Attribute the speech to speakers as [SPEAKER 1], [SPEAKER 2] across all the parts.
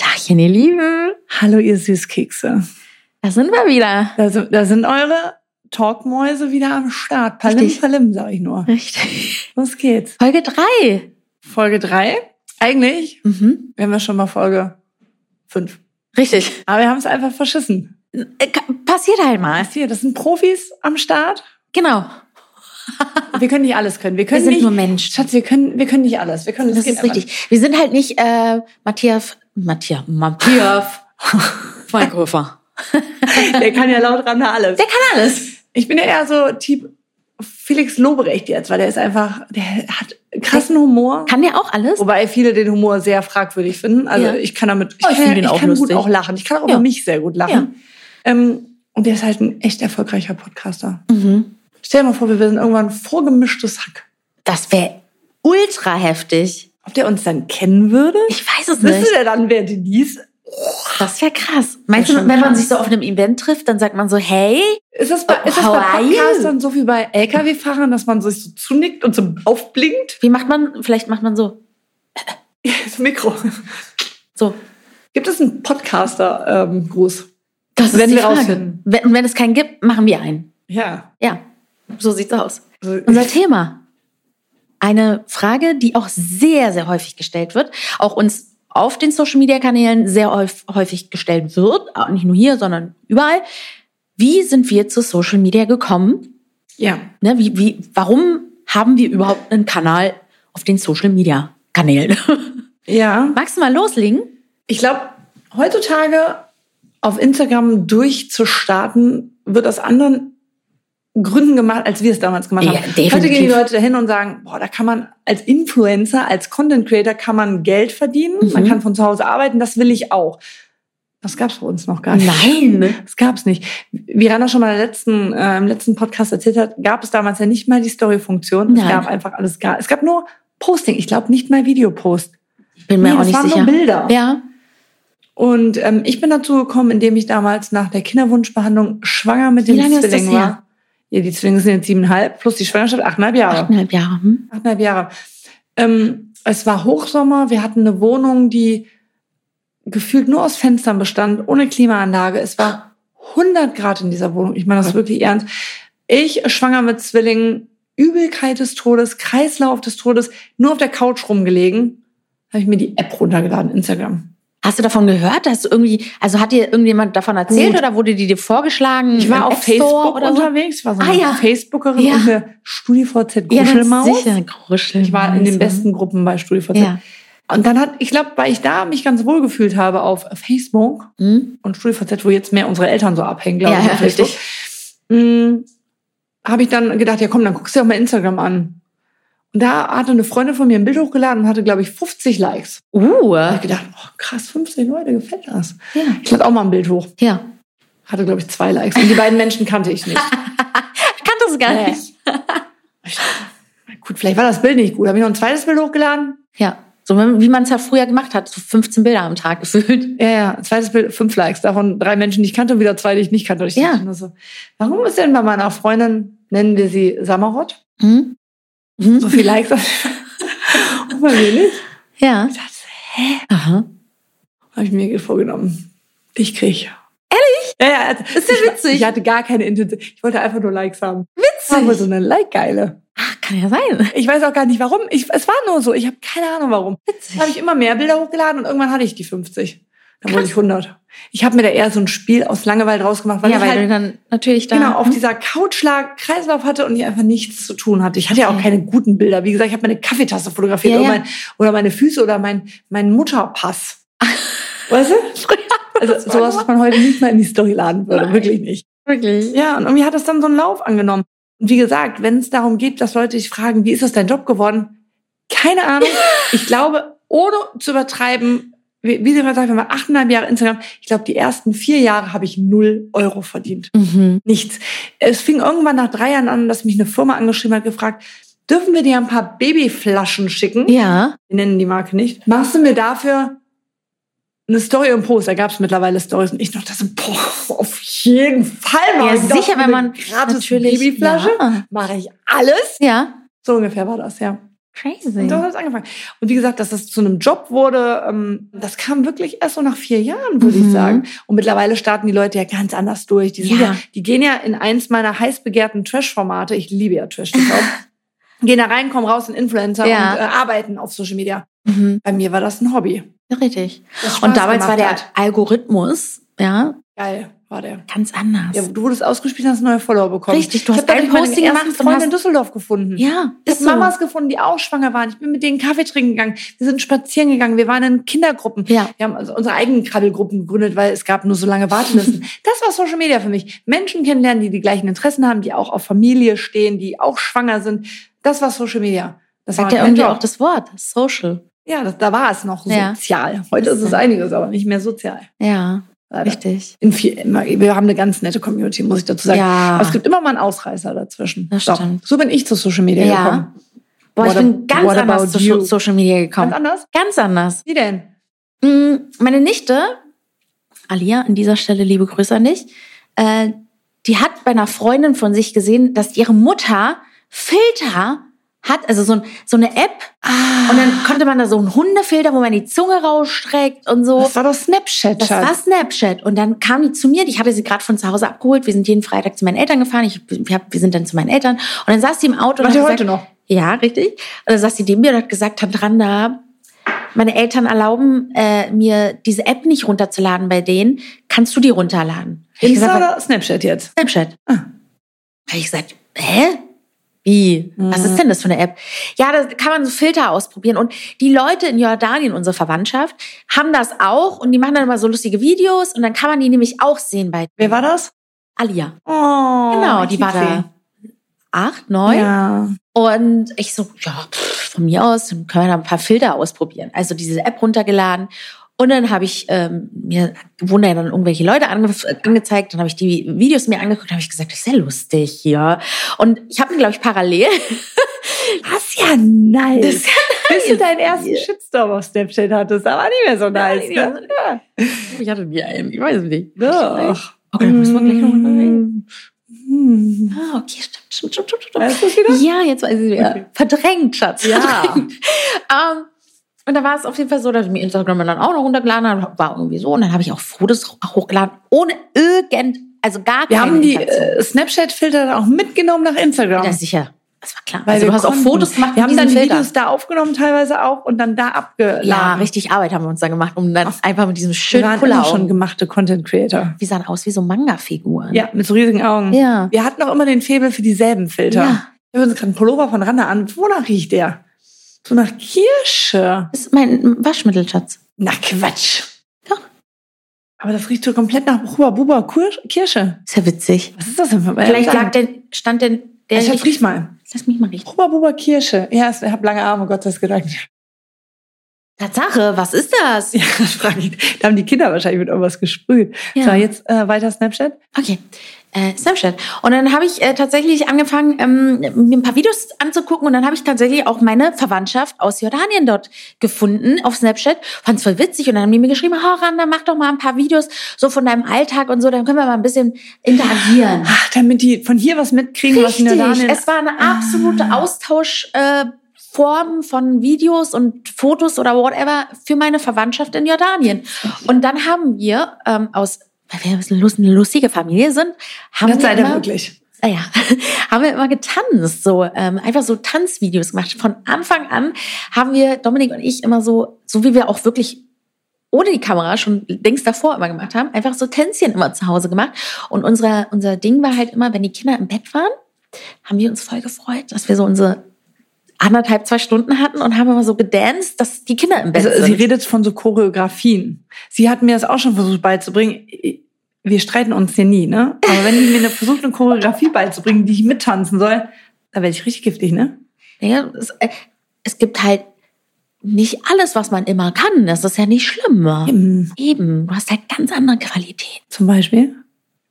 [SPEAKER 1] Hallöchen, ihr Lieben.
[SPEAKER 2] Hallo, ihr Süßkekse.
[SPEAKER 1] Da sind wir wieder.
[SPEAKER 2] Da sind, da sind eure Talkmäuse wieder am Start. Palim,
[SPEAKER 1] Richtig.
[SPEAKER 2] palim, sag ich nur.
[SPEAKER 1] Richtig.
[SPEAKER 2] Los geht's.
[SPEAKER 1] Folge drei.
[SPEAKER 2] Folge drei. Eigentlich
[SPEAKER 1] Mhm.
[SPEAKER 2] wären wir schon mal Folge fünf.
[SPEAKER 1] Richtig.
[SPEAKER 2] Aber wir haben es einfach verschissen.
[SPEAKER 1] Äh, ka- Passiert halt mal.
[SPEAKER 2] Was hier, das sind Profis am Start.
[SPEAKER 1] Genau.
[SPEAKER 2] Wir können nicht alles können. Wir
[SPEAKER 1] Wir
[SPEAKER 2] können
[SPEAKER 1] sind
[SPEAKER 2] nicht,
[SPEAKER 1] nur Mensch.
[SPEAKER 2] Schatz, wir können, wir können nicht alles. Wir können,
[SPEAKER 1] Das
[SPEAKER 2] geht
[SPEAKER 1] ist
[SPEAKER 2] aber
[SPEAKER 1] richtig. Wir sind halt nicht äh, Matthias, Matthias, Matthias Feingröfer.
[SPEAKER 2] nicht. Der kann ja laut ran alles.
[SPEAKER 1] Der kann alles.
[SPEAKER 2] Ich bin ja eher so Typ Felix Lobrecht jetzt, weil der ist einfach, der hat krassen Humor.
[SPEAKER 1] Kann der auch alles?
[SPEAKER 2] Wobei viele den Humor sehr fragwürdig finden. Also
[SPEAKER 1] Ja.
[SPEAKER 2] ich kann damit, ich,
[SPEAKER 1] Oh, ich
[SPEAKER 2] kann,
[SPEAKER 1] find ihn
[SPEAKER 2] ich
[SPEAKER 1] auch
[SPEAKER 2] kann gut
[SPEAKER 1] lustig.
[SPEAKER 2] auch lachen. Ich kann auch
[SPEAKER 1] Ja.
[SPEAKER 2] über mich sehr gut lachen. Ähm, und der ist halt ein echt erfolgreicher Podcaster.
[SPEAKER 1] Mhm.
[SPEAKER 2] Stell dir mal vor, wir wären irgendwann vorgemischtes Hack.
[SPEAKER 1] Das wäre ultra heftig.
[SPEAKER 2] Ob der uns dann kennen würde?
[SPEAKER 1] Ich weiß es nicht.
[SPEAKER 2] Wüsste der dann, wer Denise?
[SPEAKER 1] Das wäre krass. Meinst du,
[SPEAKER 2] schon
[SPEAKER 1] wenn man sich so auf einem Event trifft, dann sagt man so, hey?
[SPEAKER 2] Ist das bei,
[SPEAKER 1] Oh,
[SPEAKER 2] ist das bei
[SPEAKER 1] how are you?
[SPEAKER 2] Podcastern so wie bei LKW-Fahrern, dass man sich so zunickt und so aufblinkt?
[SPEAKER 1] Wie macht man, vielleicht macht man so,
[SPEAKER 2] Das Mikro.
[SPEAKER 1] so.
[SPEAKER 2] Gibt es einen ähm, Podcaster-Gruß?
[SPEAKER 1] Das
[SPEAKER 2] Werden
[SPEAKER 1] ist die
[SPEAKER 2] wir
[SPEAKER 1] Frage.
[SPEAKER 2] rausfinden.
[SPEAKER 1] Wenn, und wenn es keinen gibt, machen wir einen.
[SPEAKER 2] ja.
[SPEAKER 1] Ja, so sieht's aus.
[SPEAKER 2] Also,
[SPEAKER 1] Unser Thema. Eine Frage, die auch sehr, sehr häufig gestellt wird, auch uns auf den Social-Media-Kanälen sehr häuf- häufig gestellt wird, auch nicht nur hier, sondern überall. Wie sind wir zu Social Media gekommen?
[SPEAKER 2] ja.
[SPEAKER 1] Ne, wie, wie, warum haben wir überhaupt einen Kanal auf den Social-Media-Kanälen?
[SPEAKER 2] Ja.
[SPEAKER 1] Magst du mal loslegen?
[SPEAKER 2] Ich glaube, heutzutage auf Instagram durchzustarten, wird aus anderen Gründen gemacht, als wir es damals gemacht
[SPEAKER 1] Ja,
[SPEAKER 2] haben.
[SPEAKER 1] definitiv.
[SPEAKER 2] Heute gehen die Leute dahin und sagen, boah, da kann man als Influencer, als Content Creator kann man Geld verdienen,
[SPEAKER 1] Mhm.
[SPEAKER 2] man kann von zu Hause arbeiten, das will ich auch. Das gab's bei uns noch gar nicht.
[SPEAKER 1] Nein.
[SPEAKER 2] Das gab's nicht. Wie Rana schon mal in der letzten, äh, im letzten Podcast erzählt hat, gab es damals ja nicht mal die Story-Funktion. Es
[SPEAKER 1] Nein.
[SPEAKER 2] gab einfach alles gar. Es gab nur Posting. Ich glaube nicht mal Videopost.
[SPEAKER 1] Ich bin mir
[SPEAKER 2] Nee,
[SPEAKER 1] auch
[SPEAKER 2] das
[SPEAKER 1] nicht
[SPEAKER 2] waren
[SPEAKER 1] sicher.
[SPEAKER 2] nur Bilder.
[SPEAKER 1] Ja.
[SPEAKER 2] Und ähm, ich bin dazu gekommen, indem ich damals nach der Kinderwunschbehandlung schwanger mit
[SPEAKER 1] Wie
[SPEAKER 2] dem
[SPEAKER 1] lange ist
[SPEAKER 2] Zwilling
[SPEAKER 1] das her?
[SPEAKER 2] war. Ja, die Zwillinge sind jetzt siebeneinhalb, plus die Schwangerschaft achteinhalb Jahre.
[SPEAKER 1] Achteinhalb Jahre. Hm?
[SPEAKER 2] Achteinhalb Jahre. Ähm, es war Hochsommer, wir hatten eine Wohnung, die gefühlt nur aus Fenstern bestand, ohne Klimaanlage. Es war 100 Grad in dieser Wohnung. Ich meine das wirklich ernst. Ich, schwanger mit Zwillingen, Übelkeit des Todes, Kreislauf des Todes, nur auf der Couch rumgelegen, habe ich mir die App runtergeladen, Instagram.
[SPEAKER 1] Hast du davon gehört? Hast du irgendwie, also hat dir irgendjemand davon erzählt
[SPEAKER 2] Gut.
[SPEAKER 1] oder wurde die dir vorgeschlagen?
[SPEAKER 2] Ich war
[SPEAKER 1] im
[SPEAKER 2] auf
[SPEAKER 1] App Store
[SPEAKER 2] Hm, Facebook
[SPEAKER 1] so?
[SPEAKER 2] unterwegs, ich war so eine
[SPEAKER 1] Ah, ja.
[SPEAKER 2] Facebookerin
[SPEAKER 1] Ja.
[SPEAKER 2] und eine StudiVZ
[SPEAKER 1] Ja, ganz
[SPEAKER 2] Kuschelmaus.
[SPEAKER 1] sicher. Gruschelmaus.
[SPEAKER 2] ich war in den besten Gruppen bei StudiVZ.
[SPEAKER 1] Ja.
[SPEAKER 2] Und dann hat, ich glaube, weil ich da mich ganz wohl gefühlt habe auf Facebook
[SPEAKER 1] Hm?
[SPEAKER 2] und StudiVZ, wo jetzt mehr unsere Eltern so abhängen, glaube
[SPEAKER 1] Ja,
[SPEAKER 2] ich,
[SPEAKER 1] ja,
[SPEAKER 2] auf Facebook,
[SPEAKER 1] richtig.
[SPEAKER 2] mh, habe ich dann gedacht, ja komm, dann guckst du dir auch mal Instagram an. Und da hatte eine Freundin von mir ein Bild hochgeladen und hatte, glaube ich, 50 Likes.
[SPEAKER 1] Uh.
[SPEAKER 2] Da habe
[SPEAKER 1] Ja.
[SPEAKER 2] ich gedacht, oh, krass, 50 Leute, gefällt das. Ich lade auch mal ein Bild hoch.
[SPEAKER 1] Ja.
[SPEAKER 2] Hatte, glaube ich, zwei Likes. Und die beiden Menschen kannte ich nicht.
[SPEAKER 1] Kann das gar
[SPEAKER 2] Nee.
[SPEAKER 1] nicht.
[SPEAKER 2] Ich dachte, na gut, vielleicht war das Bild nicht gut. Habe ich noch ein zweites Bild hochgeladen?
[SPEAKER 1] Ja. So wenn- wie man es halt früher gemacht hat, so 15 Bilder am Tag gefühlt.
[SPEAKER 2] Ja, ja, ein zweites Bild, fünf Likes. Davon drei Menschen, die ich kannte, und wieder zwei, die ich nicht kannte. Und ich
[SPEAKER 1] Ja.
[SPEAKER 2] dachte nur so, also, warum ist denn bei meiner Freundin, nennen wir sie Samarot,
[SPEAKER 1] Hm?
[SPEAKER 2] so
[SPEAKER 1] Hm?
[SPEAKER 2] viel Likes? Und bei mir nicht.
[SPEAKER 1] Ja.
[SPEAKER 2] Ich dachte,
[SPEAKER 1] Aha.
[SPEAKER 2] habe ich mir vorgenommen. Ich krieg. Ehrlich? Ja, ja. Also,
[SPEAKER 1] Ist ja
[SPEAKER 2] ich war-
[SPEAKER 1] witzig.
[SPEAKER 2] Ich hatte gar keine Intention. Ich wollte einfach nur Likes haben. Witzig. Aber so eine Like-Geile.
[SPEAKER 1] Ach, Ah, kann ja sein.
[SPEAKER 2] Ich weiß auch gar nicht, warum. Ich, es war nur so. Ich habe keine Ahnung, warum.
[SPEAKER 1] Witzig.
[SPEAKER 2] habe ich immer mehr Bilder hochgeladen und irgendwann hatte ich die 50. Dann wurde
[SPEAKER 1] Krass.
[SPEAKER 2] ich 100. Ich habe mir da eher so ein Spiel aus Langeweile draus gemacht, weil
[SPEAKER 1] ja,
[SPEAKER 2] ich
[SPEAKER 1] weil du
[SPEAKER 2] halt
[SPEAKER 1] dann natürlich da. hm?
[SPEAKER 2] genau auf dieser Couch lag, Kreislauf hatte und ich einfach nichts zu tun hatte. Ich hatte ja auch
[SPEAKER 1] Okay.
[SPEAKER 2] keine guten Bilder. Wie gesagt, ich habe meine Kaffeetasse fotografiert
[SPEAKER 1] Ja,
[SPEAKER 2] oder,
[SPEAKER 1] ja.
[SPEAKER 2] Mein, oder meine Füße oder mein, mein Mutterpass. weißt du? Also
[SPEAKER 1] war
[SPEAKER 2] sowas,
[SPEAKER 1] nur-
[SPEAKER 2] was man heute nicht mal in die Story laden würde.
[SPEAKER 1] Nein.
[SPEAKER 2] Wirklich nicht.
[SPEAKER 1] wirklich.
[SPEAKER 2] Ja, und irgendwie hat es dann so einen Lauf angenommen. Und wie gesagt, wenn es darum geht, dass Leute dich fragen, wie ist das dein Job geworden? Keine Ahnung. Ich glaube, ohne zu übertreiben, wie, wie sie mal sagt, wenn man achteinhalb Jahre Instagram, ich glaube, die ersten vier Jahre habe ich null Euro verdient.
[SPEAKER 1] Mhm.
[SPEAKER 2] Nichts. Es fing irgendwann nach drei Jahren an, dass mich eine Firma angeschrieben hat, gefragt, dürfen wir dir ein paar Babyflaschen schicken?
[SPEAKER 1] Ja.
[SPEAKER 2] Wir nennen die Marke nicht. Machst du mir dafür eine Story und Post? Da gab es mittlerweile Stories. Und ich noch das, boah, auf jeden Fall
[SPEAKER 1] Ja,
[SPEAKER 2] mache ich das
[SPEAKER 1] sicher,
[SPEAKER 2] für
[SPEAKER 1] wenn
[SPEAKER 2] eine
[SPEAKER 1] man
[SPEAKER 2] gratis
[SPEAKER 1] natürlich-
[SPEAKER 2] Babyflasche
[SPEAKER 1] Ja.
[SPEAKER 2] mache ich alles.
[SPEAKER 1] Ja.
[SPEAKER 2] So ungefähr war das, ja.
[SPEAKER 1] Crazy.
[SPEAKER 2] Und so hat es angefangen. Und wie gesagt, dass das zu einem Job wurde, ähm, das kam wirklich erst so nach vier Jahren, würde
[SPEAKER 1] Mhm.
[SPEAKER 2] ich sagen. Und mittlerweile starten die Leute ja ganz anders durch. Die, sind
[SPEAKER 1] Ja.
[SPEAKER 2] ja. die gehen ja in eins meiner heiß begehrten Trash-Formate. Ich liebe ja Trash. TV. gehen da rein, kommen raus, sind Influencer
[SPEAKER 1] Ja.
[SPEAKER 2] und äh, arbeiten auf Social Media.
[SPEAKER 1] Mhm.
[SPEAKER 2] Bei mir war das ein Hobby.
[SPEAKER 1] Ja, richtig.
[SPEAKER 2] das Spaß
[SPEAKER 1] Und damals
[SPEAKER 2] gemacht
[SPEAKER 1] war der
[SPEAKER 2] hat.
[SPEAKER 1] Algorithmus, ja,
[SPEAKER 2] geil, war der.
[SPEAKER 1] ganz anders.
[SPEAKER 2] Ja, du wurdest ausgespielt, hast neue Follower bekommen.
[SPEAKER 1] Richtig, du
[SPEAKER 2] Ich
[SPEAKER 1] hast
[SPEAKER 2] hab dadurch
[SPEAKER 1] ein
[SPEAKER 2] meine
[SPEAKER 1] Posting
[SPEAKER 2] ersten
[SPEAKER 1] gemacht und
[SPEAKER 2] Freunde
[SPEAKER 1] hast-
[SPEAKER 2] in Düsseldorf gefunden.
[SPEAKER 1] Ja,
[SPEAKER 2] Ich habe Mamas gefunden, die auch schwanger waren. Ich bin mit denen Kaffee trinken gegangen. Wir sind spazieren gegangen. Wir waren in Kindergruppen.
[SPEAKER 1] Ja.
[SPEAKER 2] Wir haben also unsere eigenen Krabbelgruppen gegründet, weil es gab nur so lange Wartelisten. das war Social Media für mich. Menschen kennenlernen, die die gleichen Interessen haben, die auch auf Familie stehen, die auch schwanger sind. Das war Social Media. Das
[SPEAKER 1] Sagt
[SPEAKER 2] war
[SPEAKER 1] ja
[SPEAKER 2] mein
[SPEAKER 1] irgendwie
[SPEAKER 2] Job.
[SPEAKER 1] auch das Wort, social.
[SPEAKER 2] Ja, das, da war es noch
[SPEAKER 1] Ja.
[SPEAKER 2] sozial. Heute ist es einiges, aber nicht mehr sozial.
[SPEAKER 1] Ja,
[SPEAKER 2] Leider.
[SPEAKER 1] richtig.
[SPEAKER 2] In viel, immer, wir haben eine ganz nette Community, muss ich dazu sagen.
[SPEAKER 1] Ja.
[SPEAKER 2] Aber es gibt immer mal einen Ausreißer dazwischen.
[SPEAKER 1] Das
[SPEAKER 2] So.
[SPEAKER 1] stimmt.
[SPEAKER 2] So bin ich zu Social Media
[SPEAKER 1] Ja.
[SPEAKER 2] gekommen.
[SPEAKER 1] Boah, ich
[SPEAKER 2] What
[SPEAKER 1] bin
[SPEAKER 2] ab-
[SPEAKER 1] ganz
[SPEAKER 2] what
[SPEAKER 1] anders zu
[SPEAKER 2] about you?
[SPEAKER 1] Scho- Social Media
[SPEAKER 2] Ganz
[SPEAKER 1] gekommen.
[SPEAKER 2] anders?
[SPEAKER 1] Ganz anders.
[SPEAKER 2] Wie denn?
[SPEAKER 1] Mm, Meine Nichte, Alia, an dieser Stelle liebe Grüße an dich, äh, die hat bei einer Freundin von sich gesehen, dass ihre Mutter Filter hat, also so, ein, so eine App.
[SPEAKER 2] Ah.
[SPEAKER 1] Und dann konnte man da so einen Hundefilter, wo man die Zunge rausstreckt und so.
[SPEAKER 2] Das war doch Snapchat,
[SPEAKER 1] Das war
[SPEAKER 2] Schatz.
[SPEAKER 1] Snapchat. Und dann kam die zu mir. Ich hatte sie gerade von zu Hause abgeholt. Wir sind jeden Freitag zu meinen Eltern gefahren. Ich, wir, hab- wir sind dann zu meinen Eltern. Und dann saß sie im Auto. und
[SPEAKER 2] Macht
[SPEAKER 1] hat
[SPEAKER 2] ihr
[SPEAKER 1] gesagt-
[SPEAKER 2] heute noch?
[SPEAKER 1] Ja, richtig. Und dann saß sie neben mir und hat gesagt, Tantranda, meine Eltern erlauben äh, mir, diese App nicht runterzuladen bei denen. Kannst du die runterladen? Hab
[SPEAKER 2] Ich
[SPEAKER 1] gesagt,
[SPEAKER 2] sah Snapchat jetzt.
[SPEAKER 1] Snapchat.
[SPEAKER 2] Ah.
[SPEAKER 1] Habe ich gesagt, hä? Wie? Was
[SPEAKER 2] Mhm.
[SPEAKER 1] ist denn das für eine App? Ja, da kann man so Filter ausprobieren. Und die Leute in Jordanien, unsere Verwandtschaft, haben das auch und die machen dann immer so lustige Videos und dann kann man die nämlich auch sehen bei
[SPEAKER 2] Wer war das?
[SPEAKER 1] Alia.
[SPEAKER 2] Oh, genau,
[SPEAKER 1] Genau, die war da acht, neun.
[SPEAKER 2] Ja.
[SPEAKER 1] Und ich so, ja, pff, von mir aus dann können wir da ein paar Filter ausprobieren. Also diese App runtergeladen. Und dann habe ich ähm, mir wurden ja dann irgendwelche Leute ange angezeigt, dann habe ich die Videos mir angeguckt, habe ich gesagt, das ist ja lustig hier. Und ich habe mir, glaube ich, parallel
[SPEAKER 2] Das ist ja nice.
[SPEAKER 1] Das ist
[SPEAKER 2] Bis du deinen ersten Shitstorm auf Snapchat hattest. Aber nicht mehr so nice.
[SPEAKER 1] nicht mehr
[SPEAKER 2] Ne? Ja.
[SPEAKER 1] Ich hatte nie einen, ich weiß nicht.
[SPEAKER 2] Doch.
[SPEAKER 1] Okay, dann müssen wir gleich
[SPEAKER 2] Mm.
[SPEAKER 1] noch mal reden.
[SPEAKER 2] Hm.
[SPEAKER 1] Ah, okay, stimmt, stimmt, stimmt, stimmt, stimmt.
[SPEAKER 2] Weißt du es wieder?
[SPEAKER 1] Ja, jetzt weiß ich wieder.
[SPEAKER 2] Okay.
[SPEAKER 1] Verdrängt, Schatz.
[SPEAKER 2] Ja.
[SPEAKER 1] Verdrängt. Ähm, und da war es auf jeden Fall so, dass ich mir Instagram dann auch noch runtergeladen habe. War irgendwie so. Und dann habe ich auch Fotos hochgeladen, ohne irgend, also gar
[SPEAKER 2] Wir
[SPEAKER 1] keine
[SPEAKER 2] haben die
[SPEAKER 1] Intention.
[SPEAKER 2] äh, Snapchat-Filter dann auch mitgenommen nach Instagram.
[SPEAKER 1] Ja, sicher. Das war klar.
[SPEAKER 2] Weil
[SPEAKER 1] also,
[SPEAKER 2] wir
[SPEAKER 1] du hast auch
[SPEAKER 2] konnten.
[SPEAKER 1] Fotos gemacht
[SPEAKER 2] Wir haben
[SPEAKER 1] mit
[SPEAKER 2] dann
[SPEAKER 1] diesen
[SPEAKER 2] die
[SPEAKER 1] Filtern.
[SPEAKER 2] Videos da aufgenommen, teilweise auch, und dann da abgeladen.
[SPEAKER 1] Ja, richtig Arbeit haben wir uns da gemacht, um dann einfach mit diesem
[SPEAKER 2] Wir
[SPEAKER 1] schönen
[SPEAKER 2] waren immer schon
[SPEAKER 1] Pullout.
[SPEAKER 2] gemachte Content-Creator.
[SPEAKER 1] Die sahen aus wie so Manga-Figuren.
[SPEAKER 2] Ja, mit so riesigen Augen.
[SPEAKER 1] Ja.
[SPEAKER 2] Wir hatten auch immer den Febel für dieselben Filter.
[SPEAKER 1] Ja.
[SPEAKER 2] Wir haben uns gerade einen Pullover von Randa an. Wonach riecht der? So nach Kirsche.
[SPEAKER 1] Das ist mein Waschmittel, Schatz.
[SPEAKER 2] Na Quatsch.
[SPEAKER 1] Doch.
[SPEAKER 2] Aber das riecht so komplett nach Huba Buba Kur- Kirsche.
[SPEAKER 1] Ist ja witzig.
[SPEAKER 2] Was ist das denn für ein
[SPEAKER 1] Vielleicht lag denn, stand denn der.
[SPEAKER 2] Ich hab, riech mal.
[SPEAKER 1] Lass mich mal riechen.
[SPEAKER 2] Huba Buba Kirsche. Ja, es- ich habe lange Arme, Gott sei Dank.
[SPEAKER 1] Tatsache, was ist das?
[SPEAKER 2] Ja, das frag ich. Da haben die Kinder wahrscheinlich mit irgendwas gesprüht.
[SPEAKER 1] Ja.
[SPEAKER 2] So, jetzt äh, weiter Snapchat.
[SPEAKER 1] Okay, äh, Snapchat. Und dann habe ich äh, tatsächlich angefangen, ähm, mir ein paar Videos anzugucken und dann habe ich tatsächlich auch meine Verwandtschaft aus Jordanien dort gefunden auf Snapchat. Fand es voll witzig und dann haben die mir geschrieben, oh, Randa, mach doch mal ein paar Videos so von deinem Alltag und so, dann können wir mal ein bisschen interagieren.
[SPEAKER 2] Ach, Ah, damit die von hier was mitkriegen, was in
[SPEAKER 1] Richtig,
[SPEAKER 2] Jordanien
[SPEAKER 1] es war eine absolute Austauschform äh, Form von Videos und Fotos oder whatever für meine Verwandtschaft in Jordanien. Und dann haben wir ähm, aus, weil wir eine lustige Familie sind, haben
[SPEAKER 2] Gott
[SPEAKER 1] wir
[SPEAKER 2] sei Dank
[SPEAKER 1] immer,
[SPEAKER 2] wirklich.
[SPEAKER 1] Ah ja, haben wir immer getanzt, so ähm, einfach so Tanzvideos gemacht. Von Anfang an haben wir Dominik und ich immer so, so wie wir auch wirklich ohne die Kamera schon längst davor immer gemacht haben, einfach so Tänzchen immer zu Hause gemacht. Und unser, unser Ding war halt immer, wenn die Kinder im Bett waren, haben wir uns voll gefreut, dass wir so unsere anderthalb, zwei Stunden hatten und haben immer so gedanced, dass die Kinder im Bett
[SPEAKER 2] Also, sie
[SPEAKER 1] sind.
[SPEAKER 2] redet von so Choreografien. Sie hat mir das auch schon versucht beizubringen. Wir streiten uns hier nie, ne? Aber wenn die mir eine, versucht, eine Choreografie beizubringen, die ich mittanzen soll, da werde ich richtig giftig, ne?
[SPEAKER 1] Ja, es, äh, es gibt halt nicht alles, was man immer kann. Das ist ja nicht schlimm.
[SPEAKER 2] Hm,
[SPEAKER 1] Eben, du hast halt ganz andere Qualität.
[SPEAKER 2] Zum Beispiel?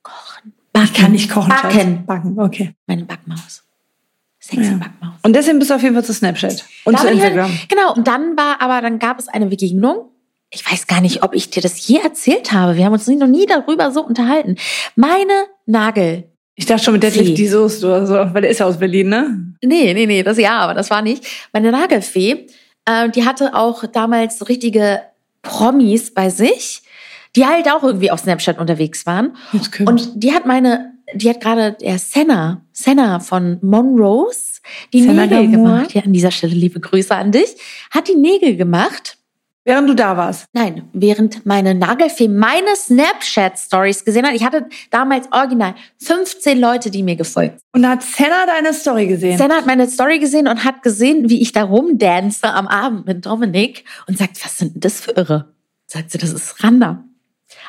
[SPEAKER 1] Kochen. Backen.
[SPEAKER 2] Ich kann nicht kochen. Schatz.
[SPEAKER 1] Backen.
[SPEAKER 2] Backen, okay.
[SPEAKER 1] Meine Backmaus. Sexy
[SPEAKER 2] Ja.
[SPEAKER 1] Backmaus.
[SPEAKER 2] Und deswegen bist du auf jeden Fall zu Snapchat und
[SPEAKER 1] Da
[SPEAKER 2] zu
[SPEAKER 1] bin ich
[SPEAKER 2] Instagram.
[SPEAKER 1] Halt, genau, und dann war aber, dann gab es eine Begegnung. Ich weiß gar nicht, ob ich dir das je erzählt habe. Wir haben uns nie- noch nie darüber so unterhalten. Meine Nagel.
[SPEAKER 2] Ich dachte schon mit Detlef die Soest oder so, weil der ist ja aus Berlin, ne?
[SPEAKER 1] Nee, nee, nee, das ja, aber das war nicht. Meine Nagelfee, äh, die hatte auch damals so richtige Promis bei sich, die halt auch irgendwie auf Snapchat unterwegs waren.
[SPEAKER 2] Jetzt kommt's.
[SPEAKER 1] Und die hat meine, die hat gerade der Senna, Senna von Monrose, die
[SPEAKER 2] Senna
[SPEAKER 1] Nägel
[SPEAKER 2] Gamur.
[SPEAKER 1] gemacht. Ja, an dieser Stelle liebe Grüße an dich. Hat die Nägel gemacht.
[SPEAKER 2] Während du da warst.
[SPEAKER 1] Nein, während meine Nagelfee meine Snapchat-Stories gesehen hat. Ich hatte damals original 15 Leute, die mir gefolgt
[SPEAKER 2] Und da hat Senna deine Story gesehen.
[SPEAKER 1] Senna hat meine Story gesehen und hat gesehen, wie ich da rumdance am Abend mit Dominik und sagt, was sind denn das für Irre? Sagt sie, das ist Randa.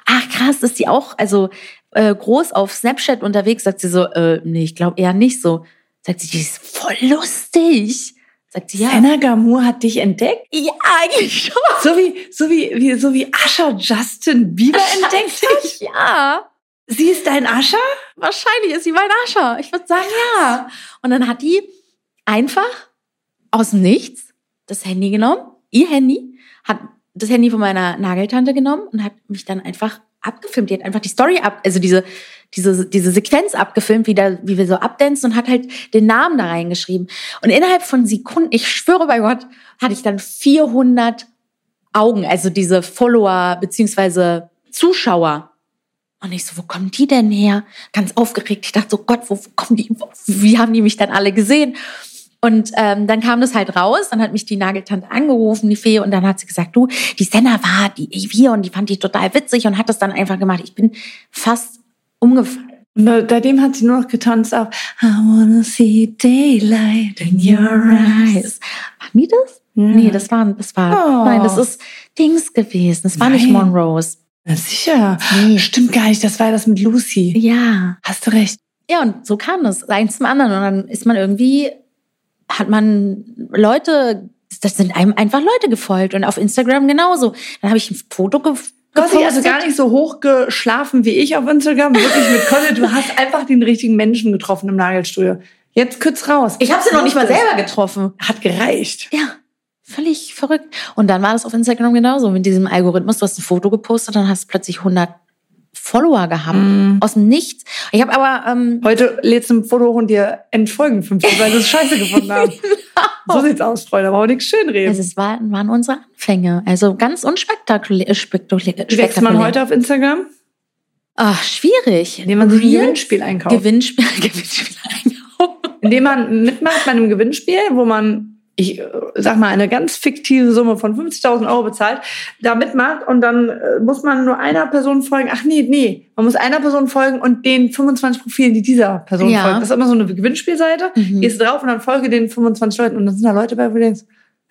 [SPEAKER 1] Ach krass, ist die auch also äh, groß auf Snapchat unterwegs? Sagt sie so, äh, nee, ich glaube eher nicht so. Sagt sie, die ist voll lustig. Sagt sie, ja.
[SPEAKER 2] Senna Gamur hat dich entdeckt?
[SPEAKER 1] Ja, eigentlich schon.
[SPEAKER 2] So wie, so wie, wie, so wie Ascher Justin Bieber entdeckt hat?
[SPEAKER 1] Ja.
[SPEAKER 2] Sie ist dein Ascher?
[SPEAKER 1] wahrscheinlich ist sie mein Ascher. Ich würde sagen, ja. Und dann hat die einfach aus dem Nichts das Handy genommen, ihr Handy, hat das Handy von meiner Nageltante genommen und hat mich dann einfach abgefilmt. Die hat einfach die Story ab, also diese, diese, diese Sequenz abgefilmt, wie, da, wie wir so abdancen und hat halt den Namen da reingeschrieben. Und innerhalb von Sekunden, ich schwöre bei Gott, hatte ich dann 400 Augen, also diese Follower beziehungsweise Zuschauer. Und ich so, wo kommen die denn her? Ganz aufgeregt. Ich dachte so, Gott, wo, wo kommen die? Wo, wie haben die mich dann alle gesehen? Und ähm, dann kam das halt raus, dann hat mich die Nageltante angerufen, die Fee, und dann hat sie gesagt, du, die Senna war die hier und die fand die total witzig und hat das dann einfach gemacht. Ich bin fast umgefallen.
[SPEAKER 2] Und bei- bei dem hat sie nur noch getanzt auf I wanna see daylight in your eyes.
[SPEAKER 1] War die das?
[SPEAKER 2] Ja.
[SPEAKER 1] Nee, das war, das war,
[SPEAKER 2] Oh.
[SPEAKER 1] nein, das ist Dings gewesen. Das war nicht
[SPEAKER 2] Nein.
[SPEAKER 1] Monrose.
[SPEAKER 2] Na sicher.
[SPEAKER 1] Nee.
[SPEAKER 2] Stimmt gar nicht, das war das mit Lucy.
[SPEAKER 1] Ja.
[SPEAKER 2] Hast du recht.
[SPEAKER 1] Ja, und so kam das, eins zum anderen. Und dann ist man irgendwie, hat man Leute, das sind einem einfach Leute gefolgt und auf Instagram genauso. Dann habe ich ein Foto ge
[SPEAKER 2] Du hast dich also
[SPEAKER 1] gepostet.
[SPEAKER 2] gar nicht so hoch geschlafen wie ich auf Instagram, wirklich mit Content. Du hast einfach den richtigen Menschen getroffen im Nagelstudio. Jetzt kürz raus.
[SPEAKER 1] Ich habe sie noch nicht mal selber getroffen.
[SPEAKER 2] Hat gereicht.
[SPEAKER 1] Ja, völlig verrückt. Und dann war das auf Instagram genauso mit diesem Algorithmus. Du hast ein Foto gepostet, dann hast du plötzlich 100 Follower gehabt.
[SPEAKER 2] Mhm.
[SPEAKER 1] Aus dem Nichts. Ich habe aber ähm,
[SPEAKER 2] Hm. Heute lädst du ein Foto und dir entfolgen 50, weil sie es scheiße gefunden haben. So sieht's aus, Freunde. Da brauchen wir nichts schönreden.
[SPEAKER 1] also es war, waren unsere Anfänge. Also ganz unspektakulär. Spektakulär,
[SPEAKER 2] Wie wächst man heute auf Instagram?
[SPEAKER 1] Ach, schwierig.
[SPEAKER 2] Indem man sich ein
[SPEAKER 1] Reels?
[SPEAKER 2] Gewinnspiel einkauft.
[SPEAKER 1] Gewinnspiel, Gewinnspiel einkaufen.
[SPEAKER 2] Indem man mitmacht bei einem Gewinnspiel, wo man, ich äh, sag mal, eine ganz fiktive Summe von 50.000 Euro bezahlt, da mitmacht und dann äh, muss man nur einer Person folgen. Ach nee, nee, man muss einer Person folgen und den 25 Profilen, die dieser Person
[SPEAKER 1] Ja.
[SPEAKER 2] folgt. Das ist immer so eine Gewinnspielseite.
[SPEAKER 1] Mhm.
[SPEAKER 2] Gehst drauf und dann folge den 25 Leuten und dann sind da Leute bei, wo du denkst,